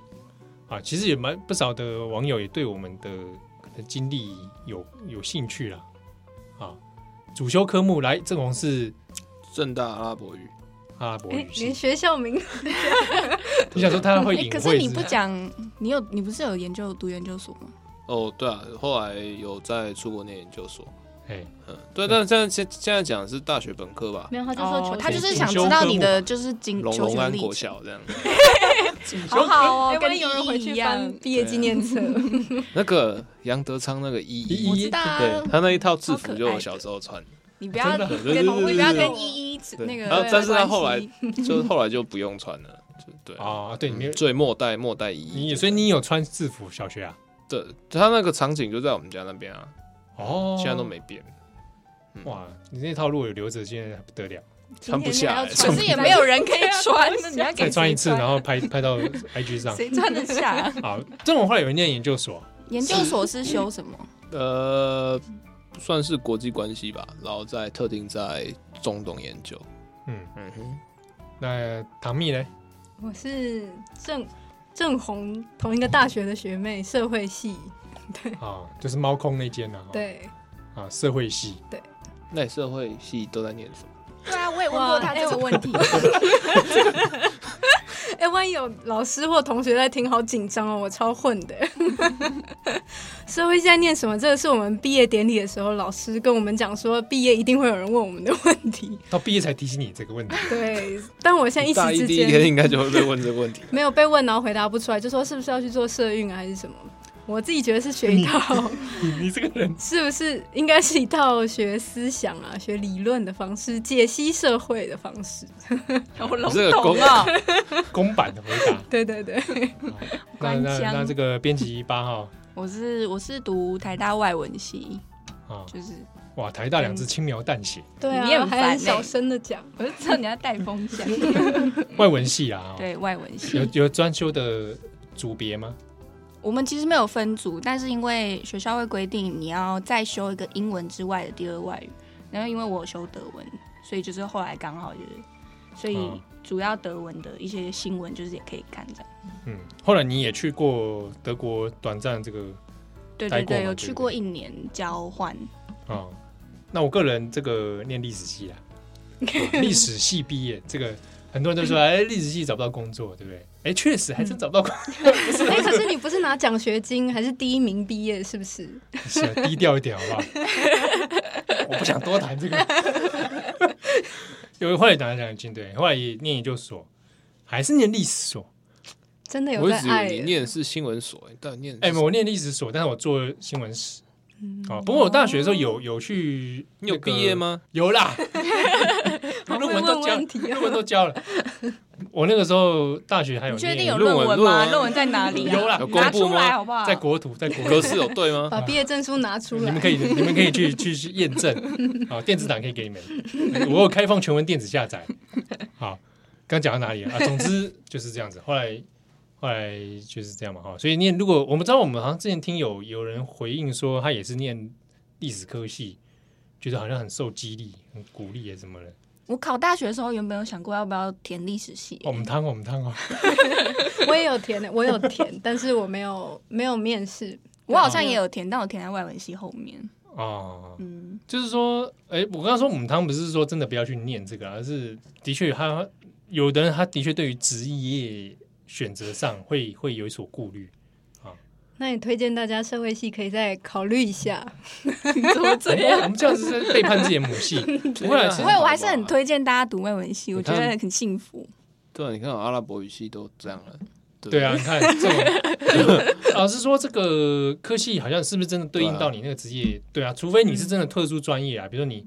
[SPEAKER 1] 啊，其实也蛮不少的网友也对我们的可能经历有有兴趣啦。啊，主修科目来，郑红是
[SPEAKER 4] 正大阿拉伯语，
[SPEAKER 1] 阿拉伯
[SPEAKER 3] 哎
[SPEAKER 1] 语系。
[SPEAKER 3] 连学校名
[SPEAKER 1] 你想说他会
[SPEAKER 2] 哎
[SPEAKER 1] 隐晦
[SPEAKER 2] 可是你
[SPEAKER 1] 不
[SPEAKER 2] 不讲，你有你不是有研究读研究所吗？
[SPEAKER 4] 哦，对啊，后来有在出国念研究所，
[SPEAKER 1] 哎，
[SPEAKER 4] 嗯，对，但但现现在讲的是大学本科吧，
[SPEAKER 3] 没有，他就说求
[SPEAKER 2] 哦他就是
[SPEAKER 1] 进
[SPEAKER 2] 想
[SPEAKER 1] 修
[SPEAKER 2] 知道
[SPEAKER 1] 科
[SPEAKER 2] 你
[SPEAKER 1] 目
[SPEAKER 2] 的就是经
[SPEAKER 4] 龙
[SPEAKER 2] 嗯求
[SPEAKER 4] 龙
[SPEAKER 2] 学
[SPEAKER 4] 安
[SPEAKER 2] 历程，
[SPEAKER 4] 国小这样。
[SPEAKER 2] 好好
[SPEAKER 3] 哎
[SPEAKER 2] 哦，
[SPEAKER 3] 万
[SPEAKER 2] 跟
[SPEAKER 3] 一有人回去
[SPEAKER 2] 一样
[SPEAKER 3] 翻。毕业纪念册，
[SPEAKER 4] 那个杨德昌那个一
[SPEAKER 1] 一
[SPEAKER 4] 一，
[SPEAKER 2] 我知道啊，
[SPEAKER 4] 对他那一套制
[SPEAKER 2] 超可
[SPEAKER 4] 服就
[SPEAKER 2] 爱
[SPEAKER 4] 我小时候穿，
[SPEAKER 2] 你不要
[SPEAKER 1] 真的
[SPEAKER 2] 跟
[SPEAKER 4] 对对对
[SPEAKER 2] 你不要
[SPEAKER 4] 对对
[SPEAKER 2] 跟依依
[SPEAKER 4] 对
[SPEAKER 2] 那个有
[SPEAKER 4] 然
[SPEAKER 2] 关
[SPEAKER 4] 后
[SPEAKER 2] 系。
[SPEAKER 4] 但是他后来就是后来就不用穿了，就对。啊嗯
[SPEAKER 1] 哦，对，你没有，
[SPEAKER 4] 最末代末代一
[SPEAKER 1] 你
[SPEAKER 4] 一，
[SPEAKER 1] 也所以你有穿制服小学啊？
[SPEAKER 4] 对他那个场景就在我们家那边啊，
[SPEAKER 1] 哦，
[SPEAKER 4] 现在都没嗯变，
[SPEAKER 1] 哇！你那套如果有留着，现在还不得了。
[SPEAKER 4] 穿不下来
[SPEAKER 3] 今
[SPEAKER 2] 可是
[SPEAKER 3] 天还要穿
[SPEAKER 2] 也没有人可以穿，你要
[SPEAKER 1] 再
[SPEAKER 2] 给谁
[SPEAKER 1] 穿一次，然后拍拍 到 IG 上。
[SPEAKER 2] 谁穿得下 啊？
[SPEAKER 1] 好，郑红后来有念研究所，
[SPEAKER 2] 研究所是修什么？
[SPEAKER 4] 呃，算是国际关系吧，然后再特定在中东研究。
[SPEAKER 1] 嗯，
[SPEAKER 4] 嗯哼，
[SPEAKER 1] 那唐蜜呢？
[SPEAKER 3] 我是郑郑红同一个大学的学妹，社会系，
[SPEAKER 1] 啊，就是猫空那间啊，
[SPEAKER 3] 对，
[SPEAKER 1] 啊，社会系，
[SPEAKER 4] 那你社会系都在念什么？
[SPEAKER 2] 对啊，我也
[SPEAKER 3] 问过他这个
[SPEAKER 2] 问 题。
[SPEAKER 3] 哎、万一有老师或同学在听，好紧张哦，我超混的。 社会系在念什么？这个是我们毕业典礼的时候，老师跟我们讲说，毕业一定会有人问我们的问题。
[SPEAKER 1] 到毕业才提醒你这个 问题。
[SPEAKER 3] 对，但我现在一
[SPEAKER 4] 大一
[SPEAKER 3] 时之
[SPEAKER 4] 第一天
[SPEAKER 3] 间。
[SPEAKER 4] 应该就会被问这个问题
[SPEAKER 3] 没有被问，然后回答不出来，就说是不是要去做社运啊，还是什么？我自己觉得是学一套，
[SPEAKER 4] 嗯
[SPEAKER 1] 你你这个人，
[SPEAKER 3] 是不是应该是一套学思想啊、学理论的方式，解析社会的方式？
[SPEAKER 2] 我
[SPEAKER 4] 你
[SPEAKER 2] 笼
[SPEAKER 4] 这个
[SPEAKER 2] 统啊
[SPEAKER 4] 公
[SPEAKER 2] 了，
[SPEAKER 1] 公版的回 答。
[SPEAKER 3] 对对对，
[SPEAKER 1] 那
[SPEAKER 2] 官
[SPEAKER 1] 那
[SPEAKER 2] 腔
[SPEAKER 1] 那这个编辑八号
[SPEAKER 2] 我 是我是读台大外文系，
[SPEAKER 1] 啊，
[SPEAKER 2] 就是
[SPEAKER 1] 哇，台大
[SPEAKER 2] 嗯
[SPEAKER 1] 两只轻描淡写，
[SPEAKER 3] 对啊，
[SPEAKER 2] 你也很
[SPEAKER 3] 还
[SPEAKER 2] 烦
[SPEAKER 3] 很
[SPEAKER 2] 欸
[SPEAKER 3] 小声 的讲，
[SPEAKER 2] 我
[SPEAKER 3] 哎
[SPEAKER 2] 是知道你要带风 向，
[SPEAKER 1] 外文系啊，哦
[SPEAKER 2] 对外文系
[SPEAKER 1] 有。有专修的组别吗？
[SPEAKER 2] 我们其实没有分组，但是因为学校会规定你要再修一个英文之外的第二外语，然后因为我有修德文，所以就是后来刚好就是，所
[SPEAKER 1] 嗯
[SPEAKER 2] 以主要德文的一些新闻就是也可以看这样。
[SPEAKER 1] 嗯，后来你也去过德国短暂这个
[SPEAKER 2] 对
[SPEAKER 1] 待
[SPEAKER 2] 对
[SPEAKER 1] 过吗
[SPEAKER 2] 对，有
[SPEAKER 1] 对
[SPEAKER 2] 去过一年交换，
[SPEAKER 1] 啊、那我个人这个念历史系啦，啊历史系毕业，这个很多人都说哎，历史系找不到工作，对不对？哎，确实还真找不到工
[SPEAKER 3] 哎、可是你不是拿奖学金，还是第一名毕业，是不是？
[SPEAKER 1] 作， 是啊低调一点好不好？我不想多谈这个。有后来讲来讲去，对，后来也念研究所，还是念历史所。
[SPEAKER 3] 真的有
[SPEAKER 4] 我一
[SPEAKER 3] 哎在
[SPEAKER 4] 直以
[SPEAKER 3] 爱
[SPEAKER 4] 为你
[SPEAKER 3] 耶？
[SPEAKER 4] 念的是新闻所，你到底念的
[SPEAKER 1] 哎、
[SPEAKER 4] 是什么？
[SPEAKER 1] 我念历史所，但是我做新闻史。啊、不过我大学的时候有有去、
[SPEAKER 4] 你有毕业？吗？
[SPEAKER 1] 有啦，
[SPEAKER 3] 好
[SPEAKER 1] 论
[SPEAKER 3] 会
[SPEAKER 1] 文都
[SPEAKER 3] 问
[SPEAKER 1] 交，
[SPEAKER 3] 问题
[SPEAKER 1] 论文
[SPEAKER 3] 哦！
[SPEAKER 1] 都交了。我那个时候大学还有
[SPEAKER 2] 你确定
[SPEAKER 1] 念
[SPEAKER 2] 有啊
[SPEAKER 4] 论
[SPEAKER 2] 论
[SPEAKER 4] 文
[SPEAKER 2] 文
[SPEAKER 4] 论
[SPEAKER 2] 吗？
[SPEAKER 4] 文
[SPEAKER 2] 论文在哪里啊？
[SPEAKER 1] 有啦
[SPEAKER 4] 有公
[SPEAKER 2] 拿
[SPEAKER 4] 布
[SPEAKER 2] 出
[SPEAKER 4] 吗
[SPEAKER 2] 来好不好？
[SPEAKER 1] 在国图，在国
[SPEAKER 4] 格
[SPEAKER 1] 图，
[SPEAKER 4] 式有对 吗？
[SPEAKER 3] 把毕业证书拿出
[SPEAKER 1] 你们
[SPEAKER 3] 来。
[SPEAKER 1] 可以，你们可以去去去验证。好，电子档可以给你们，我有开放全文电子下载。好，刚讲到哪里了啊？总之就是这样子。后来后来就是这样嘛哈。所以念，如果我们知道，我们好像之前听有有人回应说，他也是念历史科系，觉得好像很受激励、很鼓励啊也什么的。
[SPEAKER 2] 我考大学的时候原本有想过要不要填历史系
[SPEAKER 1] 哦，，我们汤，我们汤哦。
[SPEAKER 3] 我也有填的，我有填，但是我没有没有面试。
[SPEAKER 2] 我好像也有填，但我填在外文系后面。
[SPEAKER 1] 哦，
[SPEAKER 2] 嗯，
[SPEAKER 1] 就是说，哎、我刚刚说母汤不是说真的不要去念这个啊，而是的确他有的人他的确对于职业选择上会会有所顾虑。
[SPEAKER 3] 那你推荐大家社会系可以再考虑一下。
[SPEAKER 2] 怎么这
[SPEAKER 1] 我们我们这样子是背叛自己的母 系，不会啦
[SPEAKER 4] 啊
[SPEAKER 1] 其实
[SPEAKER 2] 不会，我还是很推荐大家读外文系，我
[SPEAKER 4] 你
[SPEAKER 2] 觉
[SPEAKER 4] 看
[SPEAKER 2] 得很幸福。
[SPEAKER 4] 对啊，你看阿拉伯语系都这样了。
[SPEAKER 1] 对啊，你看这种，老实说，这个科系好像是不是真的对应到你那个职业？对啊，除非你是真的特殊专业啊，比如说你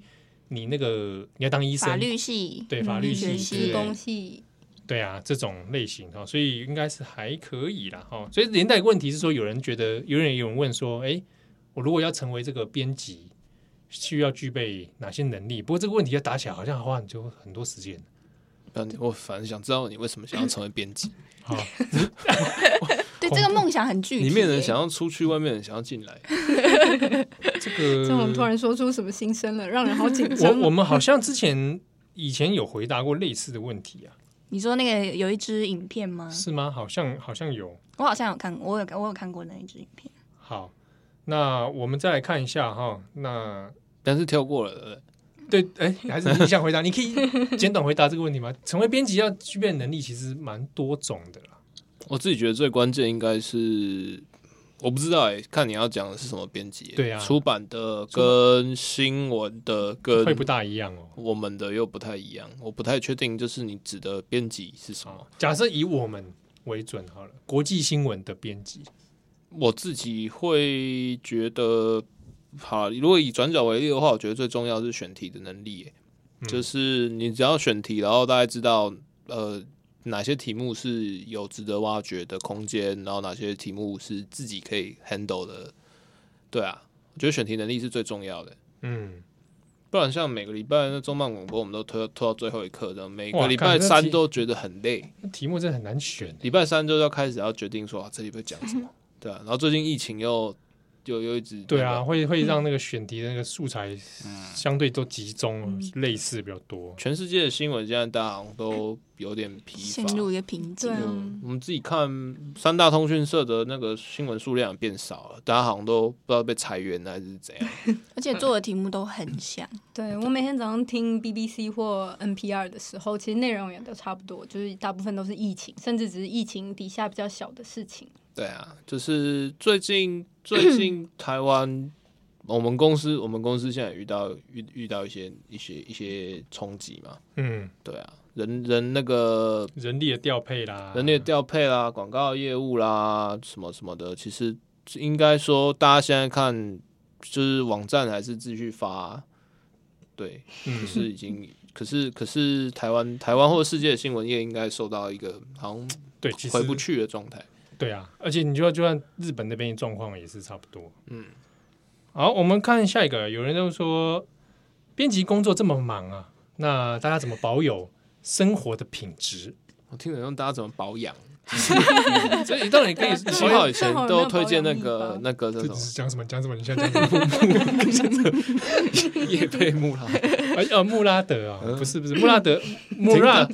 [SPEAKER 1] 你那个你要当医生，
[SPEAKER 2] 法律系，
[SPEAKER 1] 对法律
[SPEAKER 2] 嗯
[SPEAKER 1] 系
[SPEAKER 2] 医学
[SPEAKER 1] 之类
[SPEAKER 3] 职
[SPEAKER 1] 的、
[SPEAKER 3] 工系，
[SPEAKER 1] 对啊，这种类型哈、哦，所以应该是还可以啦哈、哦。所以连带问题是说，有人觉得，有人有人问说，哎，我如果要成为这个编辑，需要具备哪些能力？不过这个问题要打起来，好像花很就很多时间。
[SPEAKER 4] 但我反正想知道你为什么想要成为编辑，
[SPEAKER 1] 好、
[SPEAKER 2] 对这个梦想很 具体。
[SPEAKER 4] 里面人想要出去，外面人想要进来。
[SPEAKER 1] 这个
[SPEAKER 3] 这我们突然说出什么心声了，让人好紧张。啊
[SPEAKER 1] 我我们好像之前以前有回答过类似的问题啊，
[SPEAKER 2] 你说那个有一支影片
[SPEAKER 3] 嗯
[SPEAKER 2] 吗？
[SPEAKER 1] 是吗？好像好像有。
[SPEAKER 2] 我好像有看，我有我有看过那一支影片。
[SPEAKER 1] 好，那我们再来看一下哈、那
[SPEAKER 4] 但是跳过了，对不
[SPEAKER 1] 对，
[SPEAKER 4] 对
[SPEAKER 1] 哎，还是你想回答？你可以简短回答这个问题吗？成为编辑要具备的能力其实蛮多种的啦。
[SPEAKER 4] 我自己觉得最关键应该是，我不知道哎、看你要讲的是什么编辑欸、
[SPEAKER 1] 对啊
[SPEAKER 4] 出版的跟新闻的
[SPEAKER 1] 会
[SPEAKER 4] 跟
[SPEAKER 1] 不大一样哦。
[SPEAKER 4] 我们的又不太一样，我不太确定，就是你指的编辑是什么。
[SPEAKER 1] 假设以我们为准好了，国际新闻的编辑，
[SPEAKER 4] 我自己会觉得，好，如果以转角为例的话，我觉得最重要是选题的能力耶、
[SPEAKER 1] 嗯
[SPEAKER 4] 就是你只要选题，然后大概知道呃哪些题目是有值得挖掘的空间，然后哪些题目是自己可以 handle 的，对啊，我觉得选题能力是最重要的。
[SPEAKER 1] 嗯，
[SPEAKER 4] 不然像每个礼拜那中漫广播，我们都推推到最后一刻的，每
[SPEAKER 1] 哇
[SPEAKER 4] 个礼
[SPEAKER 1] 看
[SPEAKER 4] 拜
[SPEAKER 1] 这
[SPEAKER 4] 三
[SPEAKER 1] 题
[SPEAKER 4] 都觉得很累，
[SPEAKER 1] 那题目真的很难选。
[SPEAKER 4] 礼拜三就要开始要决定说啊这礼拜讲什
[SPEAKER 2] 嗯
[SPEAKER 4] 么，对啊，然后最近疫情又又又一直
[SPEAKER 1] 对
[SPEAKER 4] 那
[SPEAKER 1] 啊，
[SPEAKER 4] 个
[SPEAKER 1] 会会让那个选题的那个素材相对都集中，类似比较多。
[SPEAKER 4] 全世界的新闻现在大家好像都有点疲乏
[SPEAKER 2] 陷。入一个瓶颈
[SPEAKER 3] 对。啊
[SPEAKER 4] 嗯，我们自己看三大通讯社的那个新闻数量也变少了，大家好像都不知道被裁员了还是怎 样。
[SPEAKER 2] 而且做的题目都很像，
[SPEAKER 3] 对我每天早上听 BBC 或 NPR 的时候，其实内容也都差不多，就是大部分都是疫情，甚至只是疫情底下比较小的事情。
[SPEAKER 4] 对啊，就是最近最近台湾，我们公司我们公司现在也遇到遇遇到一些一些一些冲击嘛。
[SPEAKER 1] 嗯，
[SPEAKER 4] 对啊，人人那个
[SPEAKER 1] 人力的调配啦，
[SPEAKER 4] 人力的调配啦、广告业务啦、什么什么的，其实应该说大家现在看就是网站还是继续发，对，
[SPEAKER 1] 嗯
[SPEAKER 4] 可是已经，可是可是台湾台湾或世界的新闻业应该受到一个好像
[SPEAKER 1] 对，其实
[SPEAKER 4] 回不去的状态。
[SPEAKER 1] 对啊，而且你就就算日本那边的状况也是差不多。
[SPEAKER 4] 嗯，
[SPEAKER 1] 好，我们看下一个，有人就说，编辑工作这么忙啊，那大家怎么保有生活的品质？
[SPEAKER 4] 我听人问大家怎么保养，
[SPEAKER 1] 所以当然 可以，
[SPEAKER 3] 对
[SPEAKER 4] 七号以前都推荐那
[SPEAKER 3] 正好
[SPEAKER 4] 个
[SPEAKER 3] 有
[SPEAKER 4] 那个叫
[SPEAKER 1] 这只
[SPEAKER 4] 什 么
[SPEAKER 1] 是讲什么讲什么，你现在讲什么？
[SPEAKER 4] 叶佩木啦，
[SPEAKER 1] 哎呃，穆拉德啊，
[SPEAKER 4] 嗯
[SPEAKER 1] 不是不是穆拉德，穆拉，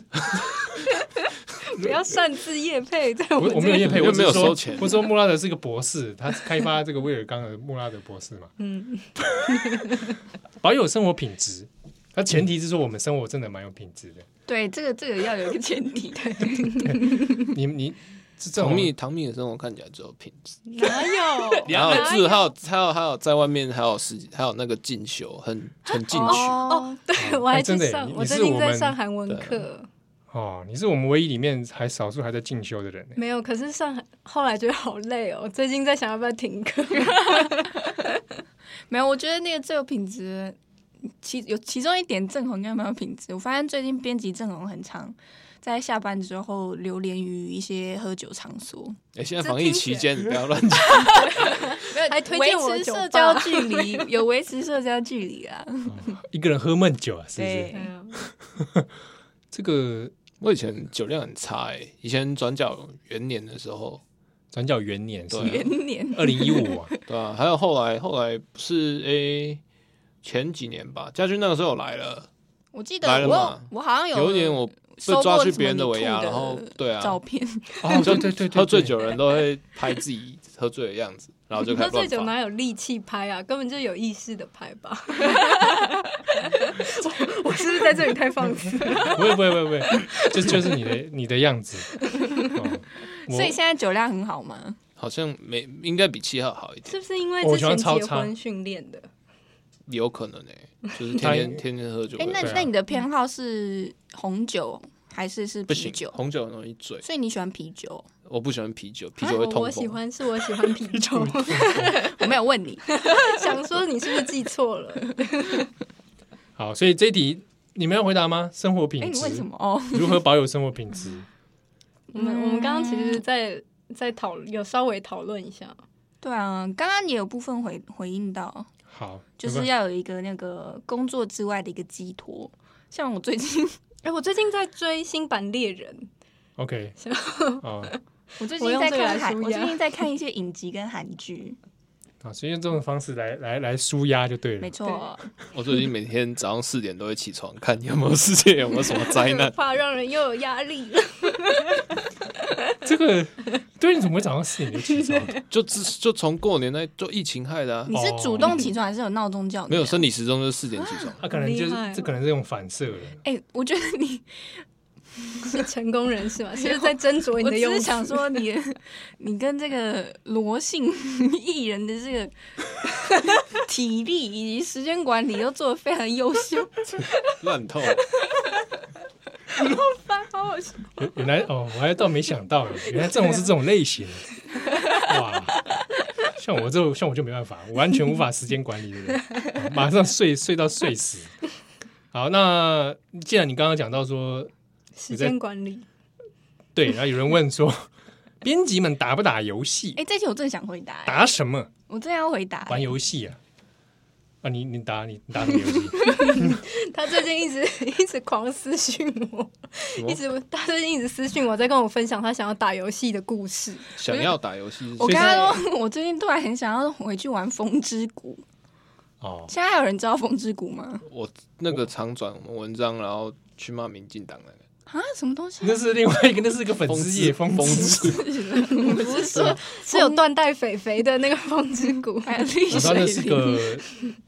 [SPEAKER 3] 不要擅自夜配，在
[SPEAKER 1] 我
[SPEAKER 3] 我
[SPEAKER 1] 我没有业
[SPEAKER 3] 这
[SPEAKER 1] 配，
[SPEAKER 4] 又
[SPEAKER 1] 我只
[SPEAKER 4] 没
[SPEAKER 1] 是
[SPEAKER 4] 有
[SPEAKER 1] 说
[SPEAKER 4] 收钱
[SPEAKER 1] 我说穆拉德是个博士，他是开发这个威尔刚的穆拉德博士嘛。
[SPEAKER 3] 嗯，
[SPEAKER 1] 保有生活品质，它前提是说我们生活真的蛮有品质的。
[SPEAKER 2] 对，这个这个要有一个前 提。
[SPEAKER 1] 你你这这
[SPEAKER 4] 唐
[SPEAKER 1] 种
[SPEAKER 4] 蜜唐蜜的生活看起来只有品质，
[SPEAKER 3] 哪有？
[SPEAKER 4] 然后字还有还有还有在外面还有实还有那个进修，很很进取。
[SPEAKER 2] 哦，
[SPEAKER 3] 对我还去
[SPEAKER 1] 哎真的耶
[SPEAKER 3] 上，
[SPEAKER 1] 你
[SPEAKER 3] 我
[SPEAKER 1] 你是
[SPEAKER 3] 最近
[SPEAKER 1] 我
[SPEAKER 3] 在
[SPEAKER 1] 们
[SPEAKER 3] 上韩文课，
[SPEAKER 1] 哦，你是我们唯一里面还少数还在进修的人欸呢。
[SPEAKER 3] 没有，可是上韩后来觉得好累哦，最近在想要不要停课。
[SPEAKER 2] 没有，我觉得那个最有品质，其有其中一点郑红应该蛮有品质。我发现最近编辑郑红很长，在下班之后流连于一些喝酒场所。
[SPEAKER 4] 哎，现在
[SPEAKER 3] 这
[SPEAKER 4] 防疫
[SPEAKER 3] 听起
[SPEAKER 4] 期
[SPEAKER 3] 来
[SPEAKER 4] 间你不要乱讲。
[SPEAKER 3] 没有还推荐我
[SPEAKER 2] 维持
[SPEAKER 3] 酒吧
[SPEAKER 2] 社交距 离，有维持社交距离啊。
[SPEAKER 1] 一个人喝闷酒啊，是不是？
[SPEAKER 2] 对
[SPEAKER 3] 嗯
[SPEAKER 1] 这个
[SPEAKER 4] 我以前酒量很差哎、以前转角元年的时候，
[SPEAKER 1] 转角元年是
[SPEAKER 4] 对
[SPEAKER 2] 元 年
[SPEAKER 1] 二零一五啊，
[SPEAKER 4] 对啊，还有后来后来不是诶、前几年吧，家军那个时候有来了，
[SPEAKER 2] 我记得
[SPEAKER 4] 来了
[SPEAKER 2] 我
[SPEAKER 4] 嘛
[SPEAKER 2] 有我好像有
[SPEAKER 4] 有一年我被
[SPEAKER 2] 收
[SPEAKER 4] 抓
[SPEAKER 2] 过
[SPEAKER 4] 去
[SPEAKER 2] 什
[SPEAKER 4] 别
[SPEAKER 2] 么
[SPEAKER 4] 人的
[SPEAKER 2] 你
[SPEAKER 4] 尾牙，
[SPEAKER 2] 吐
[SPEAKER 4] 然后对啊，
[SPEAKER 2] 照片，
[SPEAKER 1] 哦，对对对对，
[SPEAKER 4] 喝醉
[SPEAKER 1] 对，
[SPEAKER 4] 酒的人都会拍自己喝醉的样子，然后就开
[SPEAKER 3] 喝
[SPEAKER 4] 始
[SPEAKER 3] 醉
[SPEAKER 4] 乱
[SPEAKER 3] 酒
[SPEAKER 4] 发。
[SPEAKER 3] 哪有力气拍啊？根本就有意识的拍吧。 我我是不是在这里太放肆？
[SPEAKER 1] 不会不会不会，不会这就是你的你的样子。哦我
[SPEAKER 2] 所以现在酒量很好吗？
[SPEAKER 4] 好像没应该比七号好一 点，
[SPEAKER 3] 是不是因为
[SPEAKER 1] 我
[SPEAKER 3] 之
[SPEAKER 1] 喜欢
[SPEAKER 3] 前
[SPEAKER 1] 超
[SPEAKER 3] 结
[SPEAKER 1] 差
[SPEAKER 3] 婚训练的？
[SPEAKER 4] 有可能哎、就是天
[SPEAKER 1] 他
[SPEAKER 4] 天天天喝酒
[SPEAKER 2] 哎、
[SPEAKER 4] 会，
[SPEAKER 2] 那
[SPEAKER 1] 对啊
[SPEAKER 2] 那你的偏好是红酒还是是
[SPEAKER 4] 不
[SPEAKER 2] 啤
[SPEAKER 4] 行，
[SPEAKER 2] 酒？
[SPEAKER 4] 红酒很容易醉，
[SPEAKER 2] 所以你喜欢啤酒？
[SPEAKER 4] 我不喜欢啤酒，啤
[SPEAKER 3] 啊
[SPEAKER 4] 酒会痛
[SPEAKER 3] 我喜
[SPEAKER 4] 风。
[SPEAKER 3] 欢是我喜欢 啤酒，
[SPEAKER 2] 我没有问 你，
[SPEAKER 3] 想说你是不是记错了？
[SPEAKER 1] 好，所以这一题你们要回答吗？生活品
[SPEAKER 2] 哎、
[SPEAKER 1] 质，
[SPEAKER 2] 你为什么？哦，
[SPEAKER 1] 如何保有生活品质？
[SPEAKER 3] 我们我们刚刚其实在在讨有稍微讨论一下，
[SPEAKER 2] 对啊，刚刚也有部分回回应到，
[SPEAKER 1] 好，
[SPEAKER 2] 就是要有一个那个工作之外的一个寄托。像我最近，
[SPEAKER 3] 哎、我最近在追《新版猎人
[SPEAKER 1] OK 哦
[SPEAKER 2] 我最近
[SPEAKER 3] 我用
[SPEAKER 2] 在
[SPEAKER 3] 这个来
[SPEAKER 2] 看韩，
[SPEAKER 3] 舒
[SPEAKER 2] 我
[SPEAKER 3] 压
[SPEAKER 2] 最近在看一些影集跟韩剧，
[SPEAKER 1] 啊，所以用这种方式来来来舒压就对了
[SPEAKER 2] 没。错，
[SPEAKER 4] 我最近每天早上四点都会起床，看有没有世界有没有什么灾》，难
[SPEAKER 3] 可。 怕让人又有压力 了。
[SPEAKER 1] 这个对你怎么会早上四点就起床？
[SPEAKER 4] 就自就从过年那就疫情害的、啊，
[SPEAKER 2] 你是主动起床还是哦有闹钟叫你啊？
[SPEAKER 4] 没有生理时钟就是四点起 床。
[SPEAKER 1] 啊他可能就是
[SPEAKER 3] 好厉害哦
[SPEAKER 1] 这可能是用反射的。
[SPEAKER 2] 哎、我觉得你，
[SPEAKER 3] 是成功人 士嘛？是不是在斟酌你
[SPEAKER 2] 我
[SPEAKER 3] 的
[SPEAKER 2] 只
[SPEAKER 3] 用
[SPEAKER 2] 是
[SPEAKER 3] 词
[SPEAKER 2] 想，说你，你跟这个罗姓 艺人的这 个体力以及时间管理都做的非常优秀。
[SPEAKER 4] 烂透。
[SPEAKER 3] 好好笑
[SPEAKER 1] 原原来哦，我还倒没想到，原来郑红是这种类型。哇，像我这像我就没办法，我完全无法时间管理的人，马上睡睡到睡死。好，那既然你刚刚讲到说，
[SPEAKER 3] 时间管理。
[SPEAKER 1] 对，然后有人问说，编辑们打不打游戏
[SPEAKER 2] 哎、？这题我正想回答、哎
[SPEAKER 1] 打什么？
[SPEAKER 2] 我正要回答、哎
[SPEAKER 1] 玩游戏啊？啊，你你打你你打什么游戏？
[SPEAKER 3] 他最近一直 一直狂私讯我，
[SPEAKER 4] 么
[SPEAKER 3] 一直他最近一直私讯我，在跟我分享他想要打游戏的 故事。
[SPEAKER 4] 想要打游戏是
[SPEAKER 2] 我跟他说，我最近突然很想要回去玩《风之谷》。
[SPEAKER 1] 哦，
[SPEAKER 2] 现在还有人知道《风之谷》吗？
[SPEAKER 4] 我那个常转文章，然后去骂民进党那个
[SPEAKER 2] 啊，什么东西
[SPEAKER 1] 那？是另外一个，那是一个粉丝页，
[SPEAKER 4] 疯
[SPEAKER 1] 疯
[SPEAKER 4] 子
[SPEAKER 1] 子。
[SPEAKER 3] 我不是说是有断带肥肥的 那个风之谷，
[SPEAKER 2] 还有绿
[SPEAKER 1] 我知道哦那是
[SPEAKER 2] 水灵。
[SPEAKER 1] 个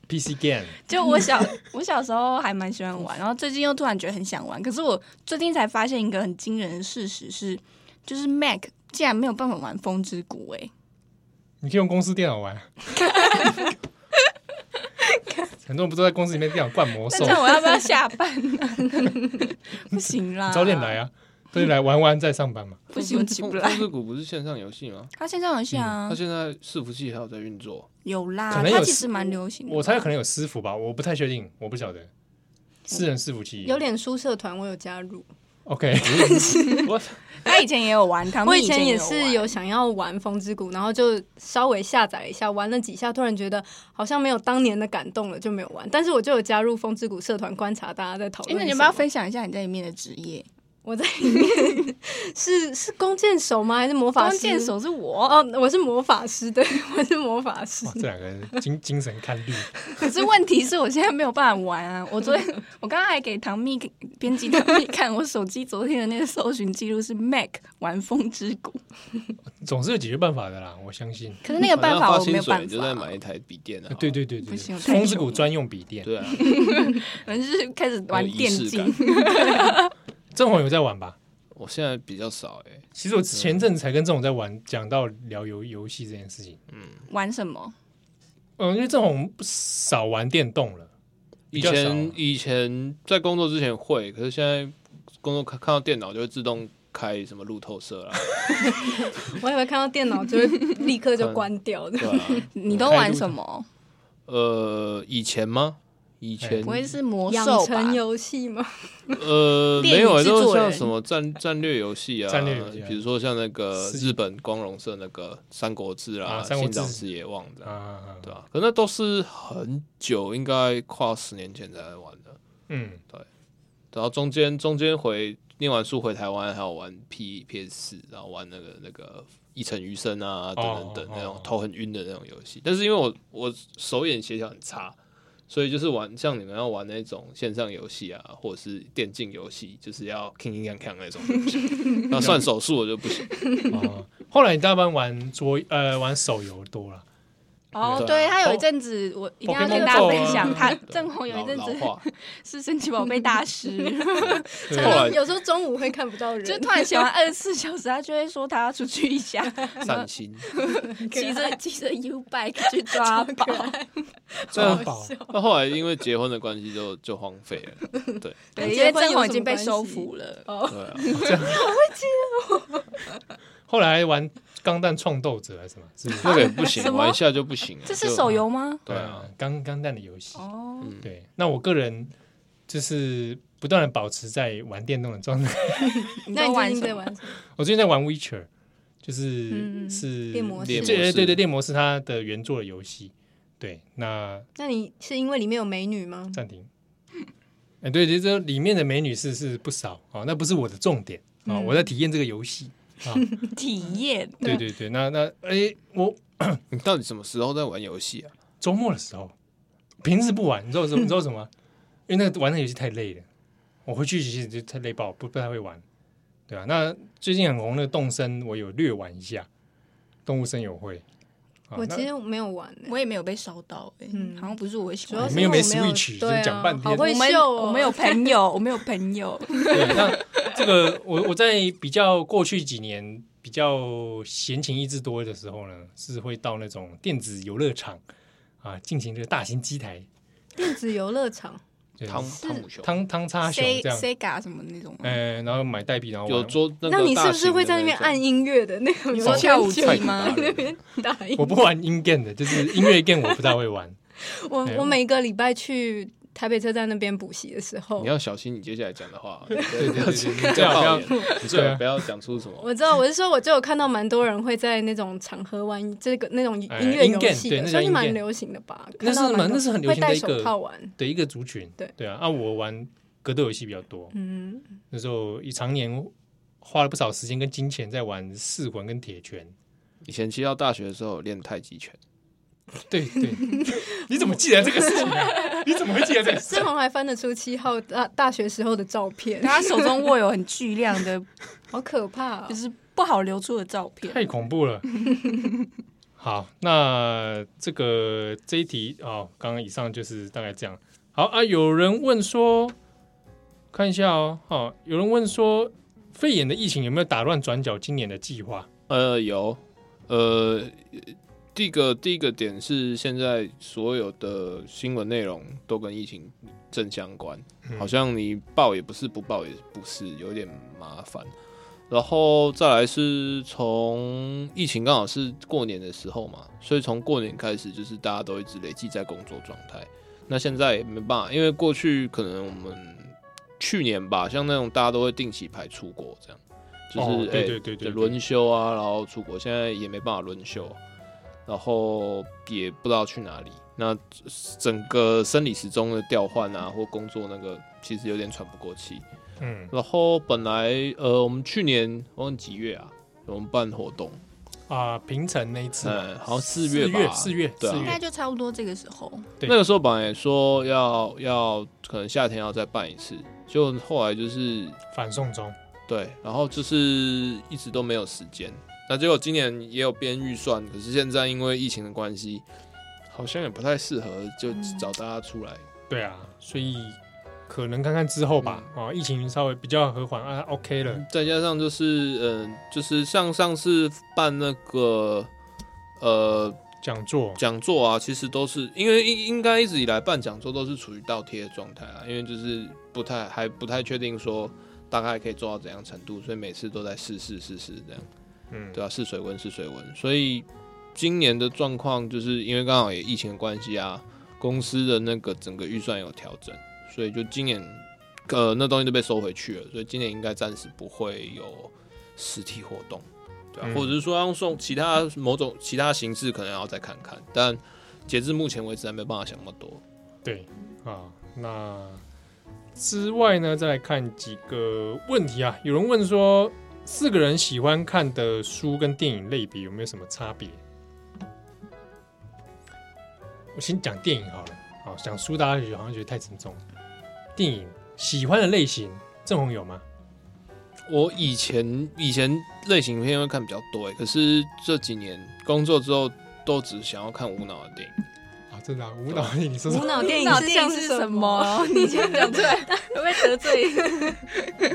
[SPEAKER 1] PC game，
[SPEAKER 2] 就我小我小时候还蛮喜欢玩，然后最近又突然觉得很想玩，可是我最近才发现一个很惊人的事实是，就是 Mac 竟然没有办法玩《风之谷》哎，
[SPEAKER 1] 你可以用公司电脑 玩。很多人不都在公司里面电脑灌魔
[SPEAKER 2] 那
[SPEAKER 1] 兽
[SPEAKER 2] 这？样我要不要 下班呢、不行啦，
[SPEAKER 1] 早点来！
[SPEAKER 2] 嗯
[SPEAKER 1] 啊，早点来玩玩再上班嘛。
[SPEAKER 2] 不行， 我起不
[SPEAKER 4] 风
[SPEAKER 2] 来。
[SPEAKER 4] 之谷不是线上游戏吗？
[SPEAKER 2] 他线上游戏啊
[SPEAKER 4] 他，现在伺服器还有在运作，
[SPEAKER 2] 有啦，
[SPEAKER 1] 嗯可能有
[SPEAKER 2] 他其实蛮流行的。
[SPEAKER 1] 我猜可能有私服吧，我不太确定，我不晓得。私人伺服器
[SPEAKER 3] 有脸书社团我有加入，
[SPEAKER 1] OK，
[SPEAKER 4] 我
[SPEAKER 2] 他啊以前也 有玩，唐
[SPEAKER 3] 我
[SPEAKER 2] 蜜
[SPEAKER 3] 以前
[SPEAKER 2] 也
[SPEAKER 3] 也是
[SPEAKER 2] 玩
[SPEAKER 3] 有想要玩风之谷，然后就稍微下载了一下，玩了几下，突然觉得好像没有当年的感动了，就没有玩。但是我就有加入风之谷社团，观察大家在讨
[SPEAKER 2] 哎、
[SPEAKER 3] 论。
[SPEAKER 2] 那你要不要？分享一下你在里面的职业？
[SPEAKER 3] 我在里面 是是弓箭手吗？还是魔法
[SPEAKER 2] 弓
[SPEAKER 3] 师？
[SPEAKER 2] 箭手是我，
[SPEAKER 3] 哦，我是魔法师，对， 我是魔法师
[SPEAKER 1] 哇，。这两个人 精精神看绿，
[SPEAKER 2] 可是问题是我现在没有办法玩啊！ 我昨天我刚刚还给唐蜜编辑唐蜜看，我手机昨天的那个搜寻记录是 Mac 玩风之谷，
[SPEAKER 1] 总是有解决办法的啦，我相信。
[SPEAKER 2] 可是那个办
[SPEAKER 4] 好
[SPEAKER 2] 法我
[SPEAKER 4] 像发
[SPEAKER 2] 没
[SPEAKER 4] 薪
[SPEAKER 2] 有
[SPEAKER 4] 水
[SPEAKER 2] 办
[SPEAKER 4] 就在
[SPEAKER 2] 法，
[SPEAKER 4] 买一台笔电啊
[SPEAKER 1] 啊。对对对
[SPEAKER 2] 哦不
[SPEAKER 1] 对
[SPEAKER 2] 行
[SPEAKER 1] 对，
[SPEAKER 2] 我太
[SPEAKER 1] 风之
[SPEAKER 2] 穷
[SPEAKER 1] 谷
[SPEAKER 2] 了
[SPEAKER 1] 专用笔电，
[SPEAKER 4] 对啊，
[SPEAKER 2] 可能就是开始玩电
[SPEAKER 4] 很有仪
[SPEAKER 2] 竞
[SPEAKER 4] 式。
[SPEAKER 1] 郑红有在玩吧？
[SPEAKER 4] 我现在比较少哎、
[SPEAKER 1] 其
[SPEAKER 2] 嗯
[SPEAKER 1] 实我前阵子才跟郑红在玩，讲到聊游游戏这件事情。
[SPEAKER 2] 玩什么？
[SPEAKER 1] 嗯，因为郑红少玩电动了，
[SPEAKER 4] 以
[SPEAKER 1] 比较少
[SPEAKER 4] 前以前在工作之前会，可是现在工作看看到电脑就会自动开什么路透社啦，
[SPEAKER 3] 我以为看到电 脑就会立刻就关掉的。
[SPEAKER 4] 对啊，
[SPEAKER 2] 你都玩什么？
[SPEAKER 4] 呃，以前吗？以前
[SPEAKER 2] 哎不会是魔
[SPEAKER 3] 养
[SPEAKER 2] 兽
[SPEAKER 3] 成
[SPEAKER 2] 吧？
[SPEAKER 3] 游戏吗？
[SPEAKER 4] 呃
[SPEAKER 2] 电影
[SPEAKER 4] 没有、欸，
[SPEAKER 2] 制
[SPEAKER 4] 都
[SPEAKER 2] 作
[SPEAKER 4] 像
[SPEAKER 2] 人
[SPEAKER 4] 什么战战略游戏啊，
[SPEAKER 1] 战略游戏啊
[SPEAKER 4] 比如说像那个
[SPEAKER 1] 四
[SPEAKER 4] 日本光荣社那个《三国志》
[SPEAKER 1] 啊
[SPEAKER 4] 啦，
[SPEAKER 1] 三国
[SPEAKER 4] 新
[SPEAKER 1] 志
[SPEAKER 4] 长是野望的，
[SPEAKER 1] 啊啊，啊
[SPEAKER 4] 对啊，可那都是很久，应该跨十年前才来玩的。
[SPEAKER 1] 嗯，
[SPEAKER 4] 然后中间中间回念完书回台湾，还有玩 P P S 四，然后玩那个那个一城余生啊，等等等
[SPEAKER 1] 哦哦
[SPEAKER 4] 那种
[SPEAKER 1] 哦
[SPEAKER 4] 头很晕的那种游戏。但是因为我我手眼协调很差，所以就是玩像你们要玩那种线上游戏啊，或者是电竞游戏，就是要 king king king 那种东西，然后算手速我就不行。
[SPEAKER 1] 哦，后来你大半玩桌呃玩手游多了，
[SPEAKER 2] 哦，
[SPEAKER 4] 对
[SPEAKER 2] 对哦
[SPEAKER 4] 啊
[SPEAKER 2] 他有一阵子，我一定要
[SPEAKER 1] Pokemon
[SPEAKER 2] 跟大家
[SPEAKER 1] Go 啊
[SPEAKER 2] 分享，他
[SPEAKER 4] 对
[SPEAKER 2] 正红有一阵
[SPEAKER 4] 老
[SPEAKER 2] 子
[SPEAKER 4] 老 化
[SPEAKER 2] 是神奇宝贝大师，
[SPEAKER 1] 对啊
[SPEAKER 4] 后来
[SPEAKER 3] 有时候中午会看不到人，
[SPEAKER 2] 就突然写完二十四小时，他就会说他要出去一下，
[SPEAKER 4] 散 心。
[SPEAKER 2] 骑着骑着 U bike 去 抓宝。
[SPEAKER 1] 抓宝，
[SPEAKER 4] 那后来因为结婚的关系就就荒废了，对
[SPEAKER 2] 对，因为正红已经被收服了。
[SPEAKER 3] 哦，
[SPEAKER 4] 对啊。
[SPEAKER 1] 后来还玩钢弹创斗者还是什么之类的，
[SPEAKER 4] 那个也不行
[SPEAKER 2] 什，么
[SPEAKER 4] 玩一下就不行了。
[SPEAKER 2] 这是
[SPEAKER 4] 就
[SPEAKER 2] 手游吗？
[SPEAKER 4] 对啊，，
[SPEAKER 1] 钢钢弹的游戏，
[SPEAKER 2] 哦，
[SPEAKER 4] 嗯，
[SPEAKER 1] 对，那我个人就是不断的保持在玩电动的状态。
[SPEAKER 3] 那你最近
[SPEAKER 2] 在
[SPEAKER 3] 在玩什么？
[SPEAKER 1] 我最近在玩 Witcher，就是、
[SPEAKER 3] 嗯嗯
[SPEAKER 1] 是
[SPEAKER 3] 猎魔士
[SPEAKER 1] 对
[SPEAKER 4] 猎魔
[SPEAKER 1] 对
[SPEAKER 4] 士
[SPEAKER 1] 对对，猎魔士它的原作的游戏。对，那
[SPEAKER 3] 那你是因为里面有美女吗？
[SPEAKER 1] 暂停。哎、对，其实里面的美女是是不少啊、哦，那不是我的重点啊、
[SPEAKER 3] 嗯
[SPEAKER 1] 我在体验这个游戏啊。
[SPEAKER 2] 体验
[SPEAKER 1] 对对对，那那哎、我
[SPEAKER 4] 你到底什么时候在玩游戏啊？
[SPEAKER 1] 周末的时候，平时不玩，你知道什么？你知道什么？ 因为那个玩那游戏太累了，我回去其实就太累爆，不不太会玩，对啊，那最近很红的动森，我有略玩一下，动物森友会。啊
[SPEAKER 3] 我
[SPEAKER 1] 那
[SPEAKER 3] 其实没有玩欸，
[SPEAKER 2] 我也没有被烧到，哎
[SPEAKER 3] 嗯，
[SPEAKER 2] 好像不是我喜
[SPEAKER 3] 主
[SPEAKER 2] 欢
[SPEAKER 3] 要
[SPEAKER 1] 你
[SPEAKER 3] 是
[SPEAKER 2] 的。
[SPEAKER 1] 们又
[SPEAKER 3] 因为
[SPEAKER 1] 没
[SPEAKER 3] 我有
[SPEAKER 1] Switch，
[SPEAKER 3] 对啊
[SPEAKER 1] 就讲半天
[SPEAKER 3] 好会
[SPEAKER 2] 我们
[SPEAKER 3] 秀哦，
[SPEAKER 2] 我们有朋友，我们有朋友。
[SPEAKER 1] 对，那这个我我在比较过去几年比较闲情逸致多的时候呢，是会到那种电子游乐场啊，进行这个大型机台，
[SPEAKER 3] 电子游乐 场，
[SPEAKER 1] 对
[SPEAKER 4] 汤
[SPEAKER 3] 是
[SPEAKER 4] 汤姆熊
[SPEAKER 1] 汤汤叉熊
[SPEAKER 2] C
[SPEAKER 1] 这样，
[SPEAKER 2] C 嘎什么那种吗，
[SPEAKER 1] 嗯、然后买代币，然后玩
[SPEAKER 4] 有做那
[SPEAKER 3] 那
[SPEAKER 4] 个
[SPEAKER 3] 你是
[SPEAKER 4] 大型的种，
[SPEAKER 3] 不是会在那边 按音乐的那个？
[SPEAKER 2] 你
[SPEAKER 1] 说
[SPEAKER 2] 跳舞机
[SPEAKER 4] 快点
[SPEAKER 2] 吗
[SPEAKER 4] 打人
[SPEAKER 3] 打音
[SPEAKER 1] 我不玩音 game 的，就是音乐 game 我不大会 玩。
[SPEAKER 3] 我
[SPEAKER 1] 对
[SPEAKER 3] 我每个礼拜去台北车站那边补习的时候
[SPEAKER 4] 你，要小心你接下来讲的 话，啊对
[SPEAKER 1] 对对对对
[SPEAKER 4] 你
[SPEAKER 1] 最好不 要
[SPEAKER 4] 你最
[SPEAKER 1] 啊
[SPEAKER 4] 好不要讲出什么。
[SPEAKER 3] 我知道，我是说，我就有看到蛮多人会在那种场合玩这个那种音
[SPEAKER 1] 哎
[SPEAKER 3] 乐游
[SPEAKER 1] in-game，
[SPEAKER 3] 戏
[SPEAKER 1] 对
[SPEAKER 3] 的，
[SPEAKER 1] 那叫
[SPEAKER 3] 算是
[SPEAKER 1] in-game
[SPEAKER 3] 蛮流行的吧？
[SPEAKER 1] 那是
[SPEAKER 3] 看到多
[SPEAKER 1] 蛮那是很流行的一个
[SPEAKER 3] 会戴手套玩，
[SPEAKER 1] 的一个族群，
[SPEAKER 3] 对
[SPEAKER 1] 对啊，啊，我玩格斗游戏比较多，
[SPEAKER 3] 嗯，
[SPEAKER 1] 那时候一常年花了不少时间跟金钱在玩四魂跟铁 拳。
[SPEAKER 4] 以前去到大学的时候练太极拳，
[SPEAKER 1] 对对，你怎么记得这个事情啊？ 你怎么会记得这个事
[SPEAKER 3] 志
[SPEAKER 1] 情？
[SPEAKER 3] 宏还翻得出七号大大学时候的照片
[SPEAKER 2] 然，后他手中握有很巨量的，
[SPEAKER 3] 好可怕哦！
[SPEAKER 2] 就是不好流出的照片。
[SPEAKER 1] 太恐 怖了。好，那这个这一题哦，刚刚以上就是大概这样。好啊，有人问说，看一下哦，好、有人问说，肺炎的疫情有没有打乱转角今年的计划？
[SPEAKER 4] 呃，有，呃，第一个第一个点是现在所有的新闻内容都跟疫情正相关，
[SPEAKER 1] 嗯
[SPEAKER 4] 好像你报也不是，不报也不是，有点麻烦。然后再来是从疫情刚好是过年的时候嘛，所以从过年开始就是大家都一直累积在工作状态。那现在也没办法，因为过去可能我们去年吧，像那种大家都会定期排出国这样，就是
[SPEAKER 1] 哦对
[SPEAKER 4] 哎
[SPEAKER 1] 对对对对
[SPEAKER 4] 轮休啊，然后出国，现在也没办法轮休，然后也不知道去哪里。那整个生理时钟的调换啊，或工作那个，其实有点喘不过气。
[SPEAKER 1] 嗯，
[SPEAKER 4] 然后本来呃，我们去年我们几月啊？我们办活动，
[SPEAKER 1] 啊、平成那一次嘛，
[SPEAKER 4] 嗯，好像四月吧，
[SPEAKER 1] 四月，
[SPEAKER 4] 对啊
[SPEAKER 1] 四
[SPEAKER 2] 应该
[SPEAKER 1] 月，
[SPEAKER 2] 就差不多这个时候，
[SPEAKER 1] 对
[SPEAKER 4] 那个时候本来也说要要可能夏天要再办一次，就后来就是
[SPEAKER 1] 反送中，
[SPEAKER 4] 对，然后就是一直都没有时间。那结果今年也有编预算，可是现在因为疫情的关系，好像也不太适合，就找大家出来。
[SPEAKER 1] 对啊，所以可能看看之后吧，
[SPEAKER 4] 嗯
[SPEAKER 1] 啊、疫情稍微比较和缓啊，OK 了，
[SPEAKER 4] 再加上就是嗯、呃就是像上次办那个呃
[SPEAKER 1] 讲座，
[SPEAKER 4] 讲座啊，其实都是因为应应该一直以来办讲座都是处于倒贴的状态啊，因为就是不太还不太确定说大概可以做到怎样程度，所以每次都在试试试试这样，
[SPEAKER 1] 嗯，
[SPEAKER 4] 对啊，试水温试水温，所以今年的状况就是因为刚好也疫情的关系啊，公司的那个整个预算有调整，所以就今年呃那东西都被收回去了，所以今年应该暂时不会有实体活动，对啊，
[SPEAKER 1] 嗯
[SPEAKER 4] 或者是说要送其他某种其他形式，可能要再看看，但截至目前为止还没办法想那么多。
[SPEAKER 1] 对啊，那之外呢，再来看几个问题啊。有人问说，四个人喜欢看的书跟电影类别有没有什么差别？我先讲电影好了，哦，讲书大家觉得好像觉得太沉重了。电影喜欢的类型，郑红有吗？
[SPEAKER 4] 我以前以前类型片会看比较多，欸可是这几年工作之后都只想要看无脑的电影。
[SPEAKER 1] 啊，真的、啊，舞蹈类你说说
[SPEAKER 3] 无，脑
[SPEAKER 2] 电
[SPEAKER 3] 电影
[SPEAKER 2] 脑
[SPEAKER 3] 是
[SPEAKER 2] 电
[SPEAKER 3] 像
[SPEAKER 2] 影是
[SPEAKER 3] 什
[SPEAKER 2] 什？么？你先讲出来， 会不会得罪？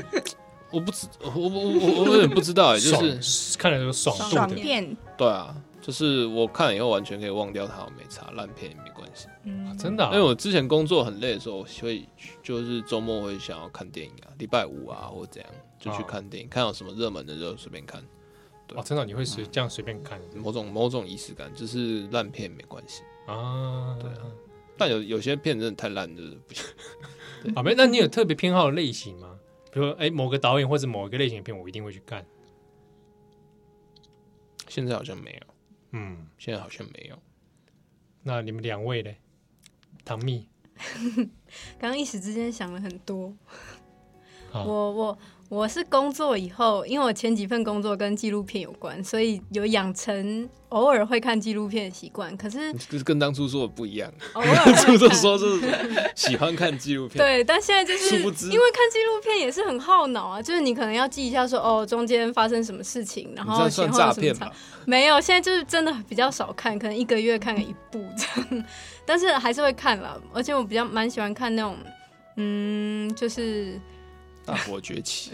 [SPEAKER 4] 我不知我我我我有点不知道哎，就是
[SPEAKER 1] 爽看了有爽度
[SPEAKER 2] 爽
[SPEAKER 1] 的，
[SPEAKER 2] 片，
[SPEAKER 4] 对啊，就是我看了以后完全可以忘掉它，我没差，烂片也没关系。
[SPEAKER 1] 啊真的、啊
[SPEAKER 4] 因，为我之前工作很累的时候，我会就是周末会想要看电影啊，礼拜五啊或怎样就去看电影，看有什么热门的就随便看，
[SPEAKER 1] 哦，真的啊、你会随这样随便看
[SPEAKER 4] 某种某种仪式感，就是烂片没关系。
[SPEAKER 1] 啊？
[SPEAKER 4] 对啊但有有些片真的太烂，就是不行。
[SPEAKER 1] 好没？那你有特别偏好的类型吗？比如说，哎、某个导演或者某一个类型的片，我一定会去看。
[SPEAKER 4] 现在好像没有，
[SPEAKER 1] 嗯，
[SPEAKER 4] 现在好像没有。
[SPEAKER 1] 那你们两位呢？唐蜜
[SPEAKER 3] 刚刚一时之间想了很多。
[SPEAKER 1] 啊，
[SPEAKER 3] 我我我是工作以后，因为我前几份工作跟纪录片有关，所以有养成偶尔会看纪录片的习惯。可是
[SPEAKER 4] 就是跟当初说的不一样，
[SPEAKER 3] 偶
[SPEAKER 4] 啊
[SPEAKER 3] 尔
[SPEAKER 4] 当初都说是喜欢看纪录片，
[SPEAKER 3] 对，但现在就是
[SPEAKER 4] 殊不知
[SPEAKER 3] 因为看纪录片也是很耗脑啊，就是你可能要记一下说哦，中间发生什么事情，然
[SPEAKER 4] 你这
[SPEAKER 3] 后
[SPEAKER 4] 样
[SPEAKER 3] 前
[SPEAKER 4] 算
[SPEAKER 3] 后有
[SPEAKER 4] 诈
[SPEAKER 3] 什么
[SPEAKER 4] 骗
[SPEAKER 3] 场
[SPEAKER 4] 吧？
[SPEAKER 3] 没有，现在就是真的比较少看，可能一个月看个一部这样，但是还是会看啦。而且我比较蛮喜欢看那种，嗯，就是
[SPEAKER 4] 大国崛起，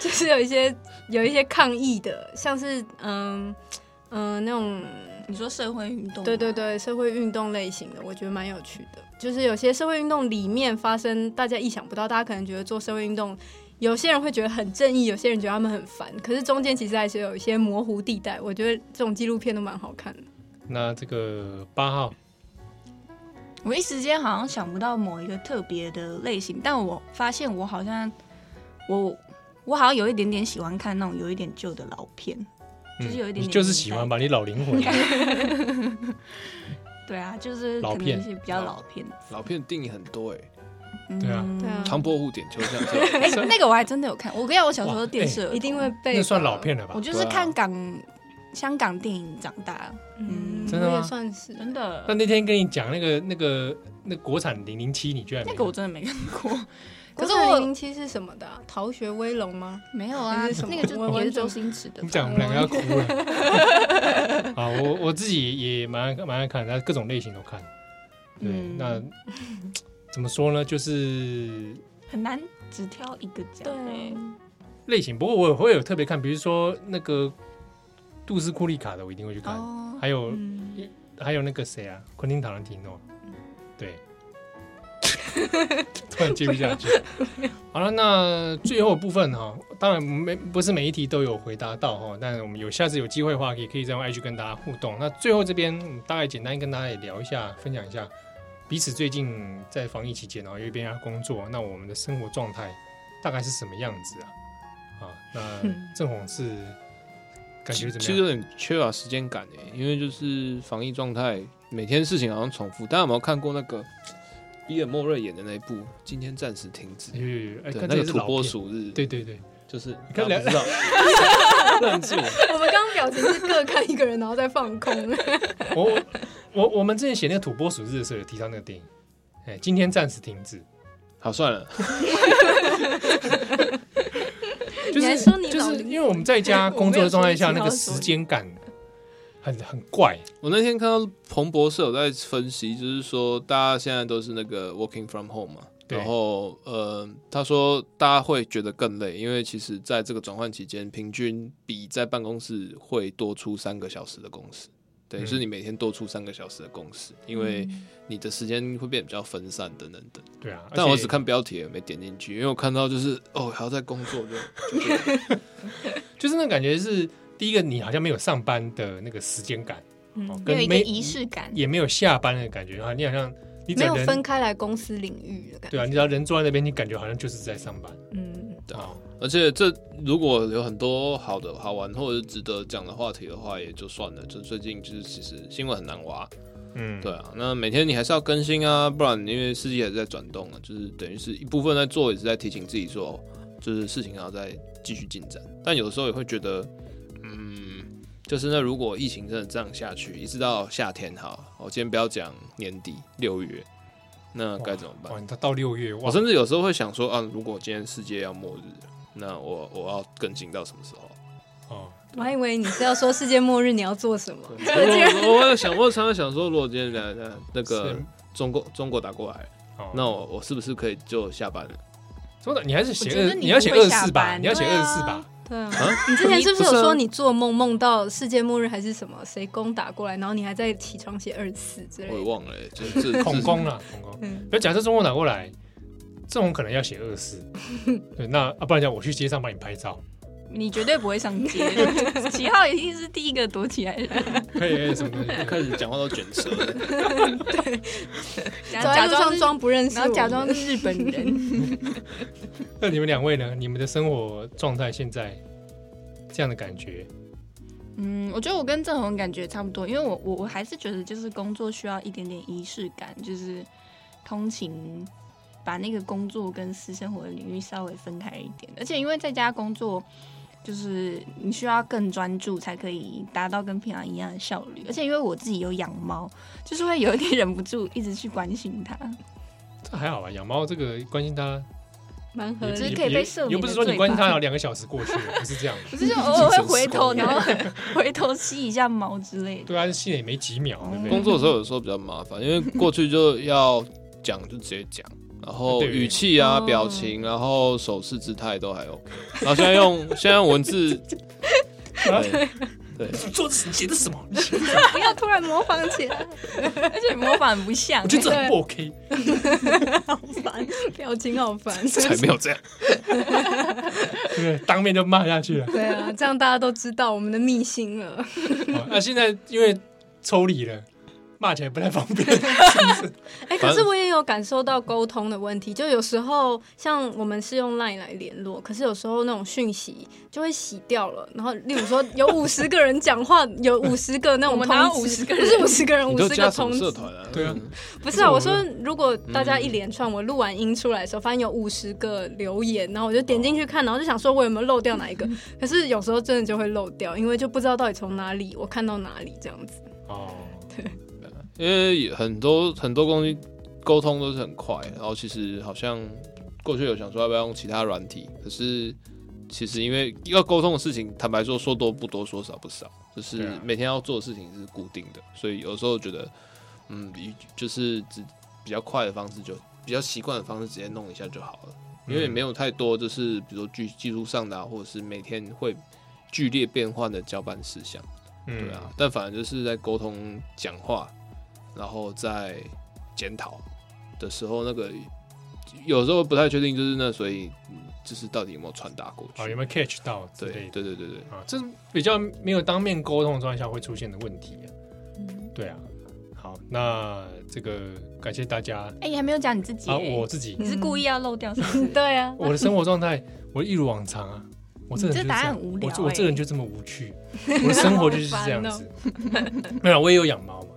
[SPEAKER 3] 就是有一些有一些抗议的，像是嗯嗯、那种
[SPEAKER 2] 你说社会运动？
[SPEAKER 3] 对对，对社会运动类型的，我觉得蛮有趣的。就是有些社会运动里面发生大家意想不到，大家可能觉得做社会运动，有些人会觉得很正义，有些人觉得他们很烦，可是中间其实还是有一些模糊地带。我觉得这种纪录片都蛮好看的。
[SPEAKER 1] 那这个八号
[SPEAKER 2] 我一时间好像想不到某一个特别的类型，但我发现我好像我我好像有一点点喜欢看那种有一点旧的老片，就是有一点点
[SPEAKER 1] 你嗯就是喜欢吧，你老灵魂，
[SPEAKER 2] 对啊，就是
[SPEAKER 1] 老
[SPEAKER 2] 可能
[SPEAKER 1] 片
[SPEAKER 2] 一些比较老片，
[SPEAKER 4] 老片定义很多哎，
[SPEAKER 1] 对啊
[SPEAKER 2] 嗯
[SPEAKER 3] 对啊
[SPEAKER 4] 长波护点秋香这 样
[SPEAKER 2] 哎、那个我还真的有看，我跟你讲，我小时候电视有
[SPEAKER 3] 一定会被嗯
[SPEAKER 1] 那算老，片哎了吧
[SPEAKER 2] 我？就是
[SPEAKER 4] 对啊
[SPEAKER 2] 看港、香港电影长大，嗯
[SPEAKER 1] 真的吗
[SPEAKER 3] 我也算是
[SPEAKER 2] 真的
[SPEAKER 1] 那。那天跟你讲那个那个那国产零零七，你居然没
[SPEAKER 2] 那个我真的没看 过，可
[SPEAKER 3] 可是
[SPEAKER 2] 是
[SPEAKER 3] 我
[SPEAKER 2] 我
[SPEAKER 3] 零七是什么的啊、逃学威龙吗？
[SPEAKER 2] 没有啊
[SPEAKER 3] 那是什，么
[SPEAKER 2] 那个就
[SPEAKER 3] 我
[SPEAKER 2] 也
[SPEAKER 3] 完
[SPEAKER 2] 是
[SPEAKER 3] 全
[SPEAKER 2] 周星驰的
[SPEAKER 1] 你
[SPEAKER 2] 吧。
[SPEAKER 1] 讲我们两个要哭了。 啊，我我自己也蛮爱蛮爱看，的，各种类型都看。对，
[SPEAKER 2] 嗯
[SPEAKER 1] 那怎么说呢？就是
[SPEAKER 2] 很难只挑一个讲、
[SPEAKER 3] 啊
[SPEAKER 2] 欸。
[SPEAKER 1] 类型，不过我也会有特别看，比如说那个杜斯库利卡的，我一定会去看，
[SPEAKER 2] 哦，
[SPEAKER 1] 还有、
[SPEAKER 2] 嗯
[SPEAKER 1] 还有那个谁啊，昆汀塔伦提诺，对， 突然接不下 去。好了，那最后的部分哈，当然没不是每一题都有回答到哈，但我们有下次有机会的话，也可以再用 IG 跟大家互动。那最后这边我们大概简单跟大家也聊一下，分享一下彼此最近在防疫期间哦，因为边要工作，那我们的生活状态大概是什么样子啊？啊，那郑红是感觉怎么
[SPEAKER 4] 其实
[SPEAKER 1] 样？
[SPEAKER 4] 有点缺乏时间感哎，因为就是防疫状态，每天事情好像重复。大家有没有看过那个比尔莫瑞演的那一部《今天暂时停止》？
[SPEAKER 1] 有有有，哎，
[SPEAKER 4] 对，
[SPEAKER 1] 看
[SPEAKER 4] 那
[SPEAKER 1] 这
[SPEAKER 4] 个
[SPEAKER 1] 也是
[SPEAKER 4] 土
[SPEAKER 1] 老
[SPEAKER 4] 拨
[SPEAKER 1] 片，
[SPEAKER 4] 鼠日，
[SPEAKER 1] 对，对对，
[SPEAKER 4] 就是你
[SPEAKER 1] 看
[SPEAKER 4] 不知道， 愣住。
[SPEAKER 3] 我们刚刚表情是各看一个人，然后再放空。
[SPEAKER 1] 我我我们之前写那个土拨鼠日的时候有提到那个电影，哎，今天暂时停止，
[SPEAKER 4] 好，算了，
[SPEAKER 1] 就
[SPEAKER 3] 你还
[SPEAKER 1] 是
[SPEAKER 3] 说你
[SPEAKER 1] 就
[SPEAKER 3] 老
[SPEAKER 1] 是因为我们在家工作的状态下，那个时间感很很怪，
[SPEAKER 4] 我那天看到彭博社有在分析，就是说大家现在都是那个 working from home 嘛，
[SPEAKER 1] 对
[SPEAKER 4] 然后呃，他说大家会觉得更累，因为其实在这个转换期间，平均比在办公室会多出三个小时的工时，等于
[SPEAKER 1] 嗯
[SPEAKER 4] 是你每天多出三个小时的工时，因为你的时间会变得比较分散等等等。
[SPEAKER 1] 对啊。
[SPEAKER 4] 但
[SPEAKER 1] 而且
[SPEAKER 4] 我只看标题，没点进去，因为我看到就是哦还要在工作就，就觉得
[SPEAKER 1] 就是那感觉是第一个，你好像没有上班的那个时间感，哦
[SPEAKER 3] 嗯，
[SPEAKER 2] 没有
[SPEAKER 1] 跟
[SPEAKER 2] 一个
[SPEAKER 1] 没
[SPEAKER 2] 仪式感，
[SPEAKER 1] 也没有下班的感觉啊，你好像 你只
[SPEAKER 3] 没
[SPEAKER 1] 要
[SPEAKER 3] 有
[SPEAKER 1] 人
[SPEAKER 3] 分开来公司领域的感觉。
[SPEAKER 1] 对啊，你只要人坐在那边，你感觉好像就是在上班
[SPEAKER 3] 嗯，
[SPEAKER 4] 对啊
[SPEAKER 1] 啊。
[SPEAKER 4] 而且这如果有很多好的、好玩或者是值得讲的话题的话，也就算了。就最近就是其实新闻很难挖，
[SPEAKER 1] 嗯，
[SPEAKER 4] 对啊，那每天你还是要更新啊，不然因为世界还是在转动啊，就是等于是一部分在做，也是在提醒自己说，就是事情还要再继续进展。但有时候也会觉得，嗯，就是那如果疫情真的这样下去，一直到夏天好，我今天不要讲年底六月，那该怎么办
[SPEAKER 1] 哇，？哦你到到六月，哇
[SPEAKER 4] 我，甚至有时候会想说，啊，如果今天世界要末日，那我我要更新到什么时候？
[SPEAKER 1] 哦，
[SPEAKER 3] 我还以为你是要说世界末日你要做什 么，
[SPEAKER 4] 我我我有想，我常常想说，如果今天来来那个
[SPEAKER 1] 是
[SPEAKER 4] 中国中国打过来。
[SPEAKER 1] 哦
[SPEAKER 4] 那我我是不是可以就下班了？
[SPEAKER 1] 真的，你还是写
[SPEAKER 2] 我觉得
[SPEAKER 1] 二，你
[SPEAKER 2] 你
[SPEAKER 1] 要写
[SPEAKER 2] 不会
[SPEAKER 1] 二
[SPEAKER 2] 下
[SPEAKER 1] 四吧？
[SPEAKER 2] 班
[SPEAKER 1] 你要写
[SPEAKER 2] 对
[SPEAKER 1] 二
[SPEAKER 2] 啊
[SPEAKER 1] 四吧？
[SPEAKER 3] 对啊，
[SPEAKER 4] 啊，
[SPEAKER 3] 你之前是不是
[SPEAKER 4] 不
[SPEAKER 3] 有
[SPEAKER 4] 是啊
[SPEAKER 3] 说你做梦梦到世界末日还是什么，谁攻打过来，然后你还在起床写二次之类
[SPEAKER 4] 我也
[SPEAKER 3] 的？
[SPEAKER 4] 忘了、 欸，就是这
[SPEAKER 1] 恐攻啦，恐攻。
[SPEAKER 3] 嗯，
[SPEAKER 1] 那假设中国打过来，这种可能要写二四， 对，那啊，不然讲我去街上帮你拍照，
[SPEAKER 2] 你绝对不会上街，七号一定是第一个躲起来的人，
[SPEAKER 1] 可以什么东
[SPEAKER 4] 这
[SPEAKER 1] 西？
[SPEAKER 4] 是开始讲话都卷舌了。
[SPEAKER 3] 走
[SPEAKER 2] 假假
[SPEAKER 3] 在路
[SPEAKER 2] 装
[SPEAKER 3] 上
[SPEAKER 2] 是
[SPEAKER 3] 装不认识我
[SPEAKER 2] 然
[SPEAKER 3] 们，
[SPEAKER 2] 后假装是日本人，
[SPEAKER 1] 那你们两位呢？你们的生活状态现在这样的感觉？
[SPEAKER 2] 嗯，我觉得我跟郑红感觉差不多，因为我我我还是觉得就是工作需要一点点仪式感，就是通勤把那个工作跟私生活的领域稍微分开一点，而且因为在家工作，就是你需要更专注才可以达到跟平常一样的效率，而且因为我自己有养猫，就是会有一点忍不住一直去关心它，
[SPEAKER 1] 这还好吧？养猫这个关心它，
[SPEAKER 3] 蛮合
[SPEAKER 1] 也
[SPEAKER 2] 只
[SPEAKER 3] 理
[SPEAKER 2] 是
[SPEAKER 1] 也
[SPEAKER 3] 的。
[SPEAKER 2] 可以
[SPEAKER 1] 也
[SPEAKER 2] 被赦免的
[SPEAKER 1] 又不是说你
[SPEAKER 2] 罪
[SPEAKER 1] 关心它
[SPEAKER 2] 吧
[SPEAKER 1] 然后两个小时 过去了，不是这样。
[SPEAKER 2] 我是就偶尔会回头，
[SPEAKER 4] 精
[SPEAKER 2] 然
[SPEAKER 4] 神
[SPEAKER 2] 后回头吸一下毛之类的。
[SPEAKER 1] 对啊，戏也没几秒，对不
[SPEAKER 2] 哦
[SPEAKER 1] 对？
[SPEAKER 4] 工作的时候有时候比较麻烦，因为过去就要讲就直接讲，然后
[SPEAKER 1] 对
[SPEAKER 4] 语气啊、
[SPEAKER 3] 哦
[SPEAKER 4] 表情，然后手势姿态都还 OK。然后啊现在用现在用文字，对对，
[SPEAKER 1] 做的写的什 么？
[SPEAKER 3] 不要突然模仿起来，
[SPEAKER 2] 而且模仿不像、
[SPEAKER 1] 我觉得这很不 OK，
[SPEAKER 3] 好 烦，表情好烦。
[SPEAKER 4] 才没有这样。
[SPEAKER 1] 对不对？当面就骂下去了。
[SPEAKER 3] 对啊，这样大家都知道我们的秘辛了。
[SPEAKER 1] 好那现在因为抽离了，骂起来不太方便。
[SPEAKER 3] 哎、可是我也有感受到沟通的问题，就有时候像我们是用 LINE 来联络，可是有时候那种讯息就会洗掉了。然后，例如说 有五十个人讲话，有五十个那种
[SPEAKER 2] 我们
[SPEAKER 3] 通
[SPEAKER 2] 哪
[SPEAKER 3] 知
[SPEAKER 2] 有50个
[SPEAKER 3] 不哦是五十个人，
[SPEAKER 4] 你
[SPEAKER 3] 五
[SPEAKER 4] 都
[SPEAKER 3] 十个
[SPEAKER 4] 加什
[SPEAKER 3] 通
[SPEAKER 4] 么
[SPEAKER 3] 知
[SPEAKER 4] 社。团嗯啊？
[SPEAKER 1] 对啊
[SPEAKER 4] 嗯，
[SPEAKER 3] 不是啊，
[SPEAKER 1] 我
[SPEAKER 3] 我
[SPEAKER 1] 说
[SPEAKER 3] 说如果大家一连串，我录完音出来的时候，发现有五十个留言，然后我就
[SPEAKER 4] 哦
[SPEAKER 3] 点进去看，然后就想说我有没有漏掉哪一 个？可是有时候真的就会漏掉，因为就不知道到底从哪里我看到哪里这样子。
[SPEAKER 1] 哦，
[SPEAKER 4] 因为
[SPEAKER 3] 嗯
[SPEAKER 4] 很多很多东西沟通都是很快，然后其实好像过去有想说要不要用其他软体，可是其实因为要沟通的事情，坦白说说多不多，说少不少，就是
[SPEAKER 1] 对啊
[SPEAKER 4] 每天要做的事情是固定的，所以有时候觉得嗯，比就是只比较快的方式就比较习惯的方式直接弄一下就好了，因为没有太多就是比如说技技术上的、啊，或者是每天会剧烈变换的交办事项。
[SPEAKER 1] 嗯
[SPEAKER 4] 对啊，，但反正就是在沟通、讲话，然后在检讨的时候，那个有时候不太确定，就是那所以嗯就是到底有没有传达过
[SPEAKER 1] 好
[SPEAKER 4] 去？
[SPEAKER 1] 哦有没有 catch 到之
[SPEAKER 4] 对
[SPEAKER 1] 类的？
[SPEAKER 4] 对对对对，
[SPEAKER 1] 啊，这是比较没有当面沟通的状态下会出现的问题、啊。
[SPEAKER 3] 嗯
[SPEAKER 1] 对啊，好，那这个感谢大家
[SPEAKER 2] 哎、你还没有讲你自己、
[SPEAKER 1] 啊，
[SPEAKER 2] 哎
[SPEAKER 1] 我自己
[SPEAKER 2] 你是故意要漏掉是不是？
[SPEAKER 3] 对啊，
[SPEAKER 1] 我的生活状态，我一如往常啊。 我这个人就是
[SPEAKER 2] 你这答案
[SPEAKER 1] 样
[SPEAKER 2] 很无聊
[SPEAKER 1] 我这我这个人
[SPEAKER 2] 欸
[SPEAKER 1] 就这么无趣，我的生活就是这样 子。
[SPEAKER 2] 哦
[SPEAKER 1] 没有，我也有养猫嘛，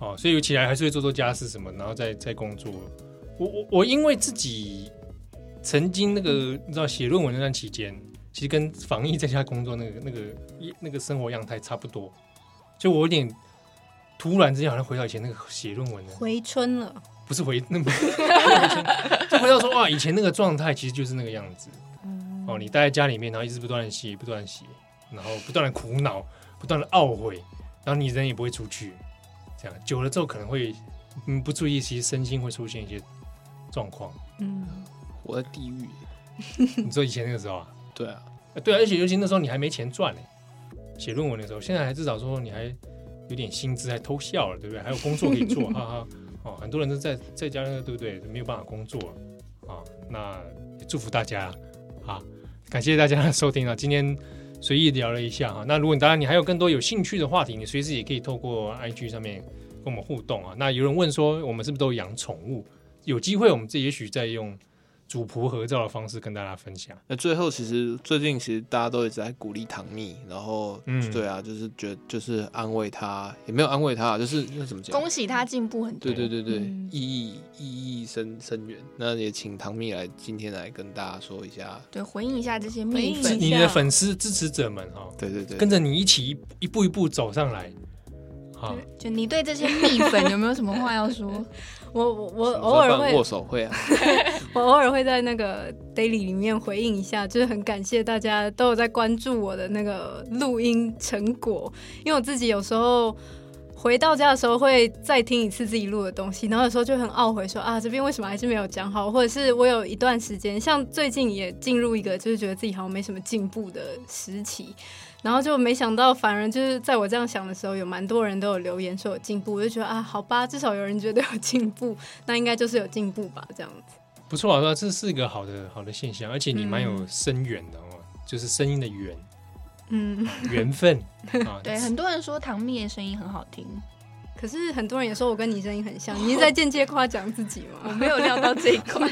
[SPEAKER 1] 哦，所以起来还是会做做家事什么，然后再再工作。我我我因为自己曾经那个你知道写论文那段期间，其实跟防疫在家工作那个那个那个生活样态差不多，就我有点突然之间好像回到以前那个写论文的
[SPEAKER 3] 回春了，
[SPEAKER 1] 不是回 那么，就回到说哇，以前那个状态其实就是那个样子。哦，你待在家里面，然后一直不断的写，不断的写，然后不断的苦恼，不断的懊悔，然后你人也不会出去，这样久了之后可能会，嗯，不注意，其实身心会出现一些状况。
[SPEAKER 3] 嗯，
[SPEAKER 4] 活在地狱。
[SPEAKER 1] 你说以前那个时候啊，
[SPEAKER 4] 对啊，
[SPEAKER 1] 啊对啊，而且尤其那时候你还没钱赚呢、写论文的时候，现在还至少说你还有点薪资，还偷笑了，对不对？还有工作可以做，哈哈。哦，很多人都在在家，对不对？没有办法工作哦啊、那也祝福大家啊！感谢大家的收听啊！今天随意聊了一下哈。啊那如果你当然你还有更多有兴趣的话题，你随时也可以透过 IG 上面跟我们互动啊。那有人问说，我们是不是都养宠物？有机会我们这也许再用主仆合照的方式跟大家分享。
[SPEAKER 4] 那最后，其实最近其实大家都一直在鼓励唐蜜，然后，
[SPEAKER 1] 嗯
[SPEAKER 4] 对啊，就是觉就是安慰她，也没有安慰她，就是那怎么讲？
[SPEAKER 2] 恭喜他进步很多。
[SPEAKER 4] 对对对对，
[SPEAKER 3] 嗯
[SPEAKER 4] 意义意义深深远。那也请唐蜜来今天来跟大家说一下，
[SPEAKER 2] 对，回应一下这些
[SPEAKER 3] 回
[SPEAKER 2] 蜜
[SPEAKER 3] 应
[SPEAKER 2] 粉
[SPEAKER 3] 一下
[SPEAKER 1] 你的粉丝支持者们哈，
[SPEAKER 4] 对对对，
[SPEAKER 1] 跟着你一起一步一步走上来。好，
[SPEAKER 2] 就你对这些蜜粉有没有什么话 要说？
[SPEAKER 3] 我我我
[SPEAKER 4] 什么时候
[SPEAKER 3] 偶尔
[SPEAKER 4] 办
[SPEAKER 3] 会
[SPEAKER 4] 握手 会啊，
[SPEAKER 3] 我偶尔会在那个 daily 里面回应一下，就是很感谢大家都有在关注我的那个录音成果，因为我自己有时候回到家的时候会再听一次自己录的东西，然后有时候就很懊悔说啊这边为什么还是没有讲好，或者是我有一段时间，像最近也进入一个就是觉得自己好像没什么进步的时期。然后就没想到，反而就是在我这样想的时候，有蛮多人都有留言说有进步，我就觉得啊，好吧，至少有人觉得有进步，那应该就是有进步吧，这样子。
[SPEAKER 1] 不错啊，这是一个好的好的现象，而且你蛮有
[SPEAKER 3] 嗯
[SPEAKER 1] 声源的哦，就是声音的源
[SPEAKER 3] 嗯，
[SPEAKER 1] 缘分啊。
[SPEAKER 2] 对，很多人说唐蜜的声音很好听，
[SPEAKER 3] 可是很多人也说我跟你声音很像，你是在间接夸奖自己
[SPEAKER 2] 我
[SPEAKER 3] 吗？
[SPEAKER 2] 没有料到这一 块。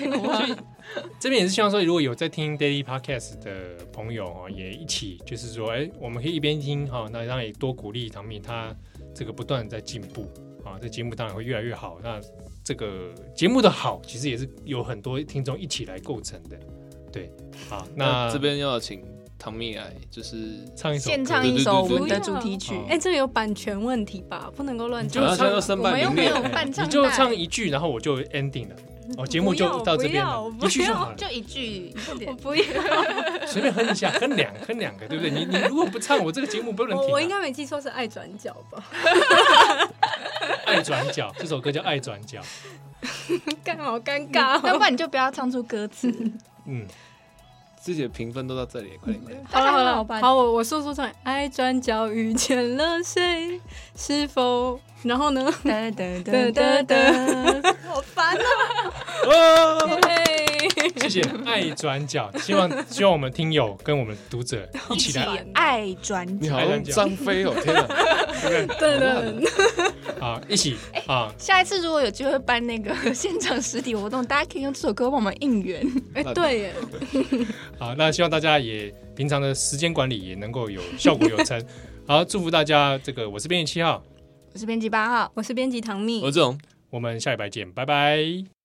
[SPEAKER 1] 这边也是希望说，如果有在听 Daily Podcast 的朋友哦，也一起就是说，哎，我们可以一边听哈，那让也多鼓励唐蜜，他这个不断地在进步啊，这节目当然会越来越好。那这个节目的好，其实也是有很多听众一起来构成的。对，好，那
[SPEAKER 4] 那这边要请唐蜜来，就是
[SPEAKER 1] 唱一首
[SPEAKER 2] 献
[SPEAKER 1] 歌
[SPEAKER 2] 唱一首我们的
[SPEAKER 3] 对对对
[SPEAKER 2] 主题曲，
[SPEAKER 4] 不要
[SPEAKER 1] 哦
[SPEAKER 3] 哎、这个有版权问题吧？不能够乱
[SPEAKER 1] 就
[SPEAKER 4] 好
[SPEAKER 3] 讲。
[SPEAKER 4] 像现在都身
[SPEAKER 2] 我
[SPEAKER 4] 败
[SPEAKER 2] 们又
[SPEAKER 4] 名
[SPEAKER 2] 没
[SPEAKER 4] 裂
[SPEAKER 2] 有
[SPEAKER 4] 了，
[SPEAKER 2] 伴唱
[SPEAKER 1] 你
[SPEAKER 2] 带，
[SPEAKER 1] 就唱一句，然后我就 ending 了。哦，节目就到这边了一
[SPEAKER 3] 不要，不要
[SPEAKER 1] 句就好了，
[SPEAKER 2] 就一句，快
[SPEAKER 3] 我
[SPEAKER 2] 点
[SPEAKER 3] 不要，
[SPEAKER 1] 随便哼一下，哼两哼两个，对不对？你你如果不唱，我这个节目不能
[SPEAKER 3] 我我应
[SPEAKER 1] 停啊。
[SPEAKER 3] 该没记错是爱转角吧？
[SPEAKER 1] 爱转角这首歌叫《爱转 角》，
[SPEAKER 3] 干好尴尬、
[SPEAKER 2] 尬，要
[SPEAKER 3] 哦。
[SPEAKER 2] 不然你就不要唱出歌词。
[SPEAKER 1] 嗯，
[SPEAKER 4] 自己的评分都到这里，快点快点。
[SPEAKER 3] 好了好了，
[SPEAKER 2] 吧，
[SPEAKER 3] 好我我说说唱，爱转角遇见了谁？是否？然后呢？
[SPEAKER 2] 哒哒
[SPEAKER 3] 哒
[SPEAKER 2] 哒哒
[SPEAKER 3] 哒哒
[SPEAKER 2] 哒。，
[SPEAKER 3] 好烦啊！嘿
[SPEAKER 1] 哦谢谢《爱转角》，希 望希望我们听友跟我们读者 一起来
[SPEAKER 2] 爱转
[SPEAKER 4] 你
[SPEAKER 2] 角，
[SPEAKER 4] 好像张飞哦，天啊！
[SPEAKER 3] 对了，
[SPEAKER 1] 啊，一起
[SPEAKER 3] 哎
[SPEAKER 1] 啊，
[SPEAKER 2] 下一次如果有机会办那个现场实体活动，大家可以用这首歌帮我们应援。
[SPEAKER 3] 哎、对耶，
[SPEAKER 1] 好，啊那希望大家也平常的时间管理也能够有效果有成。好，祝福大家，这个我是编辑七号，
[SPEAKER 2] 我是编辑八号，
[SPEAKER 3] 我是编辑唐蜜，
[SPEAKER 4] 我这种
[SPEAKER 1] 我们下礼拜见，拜拜。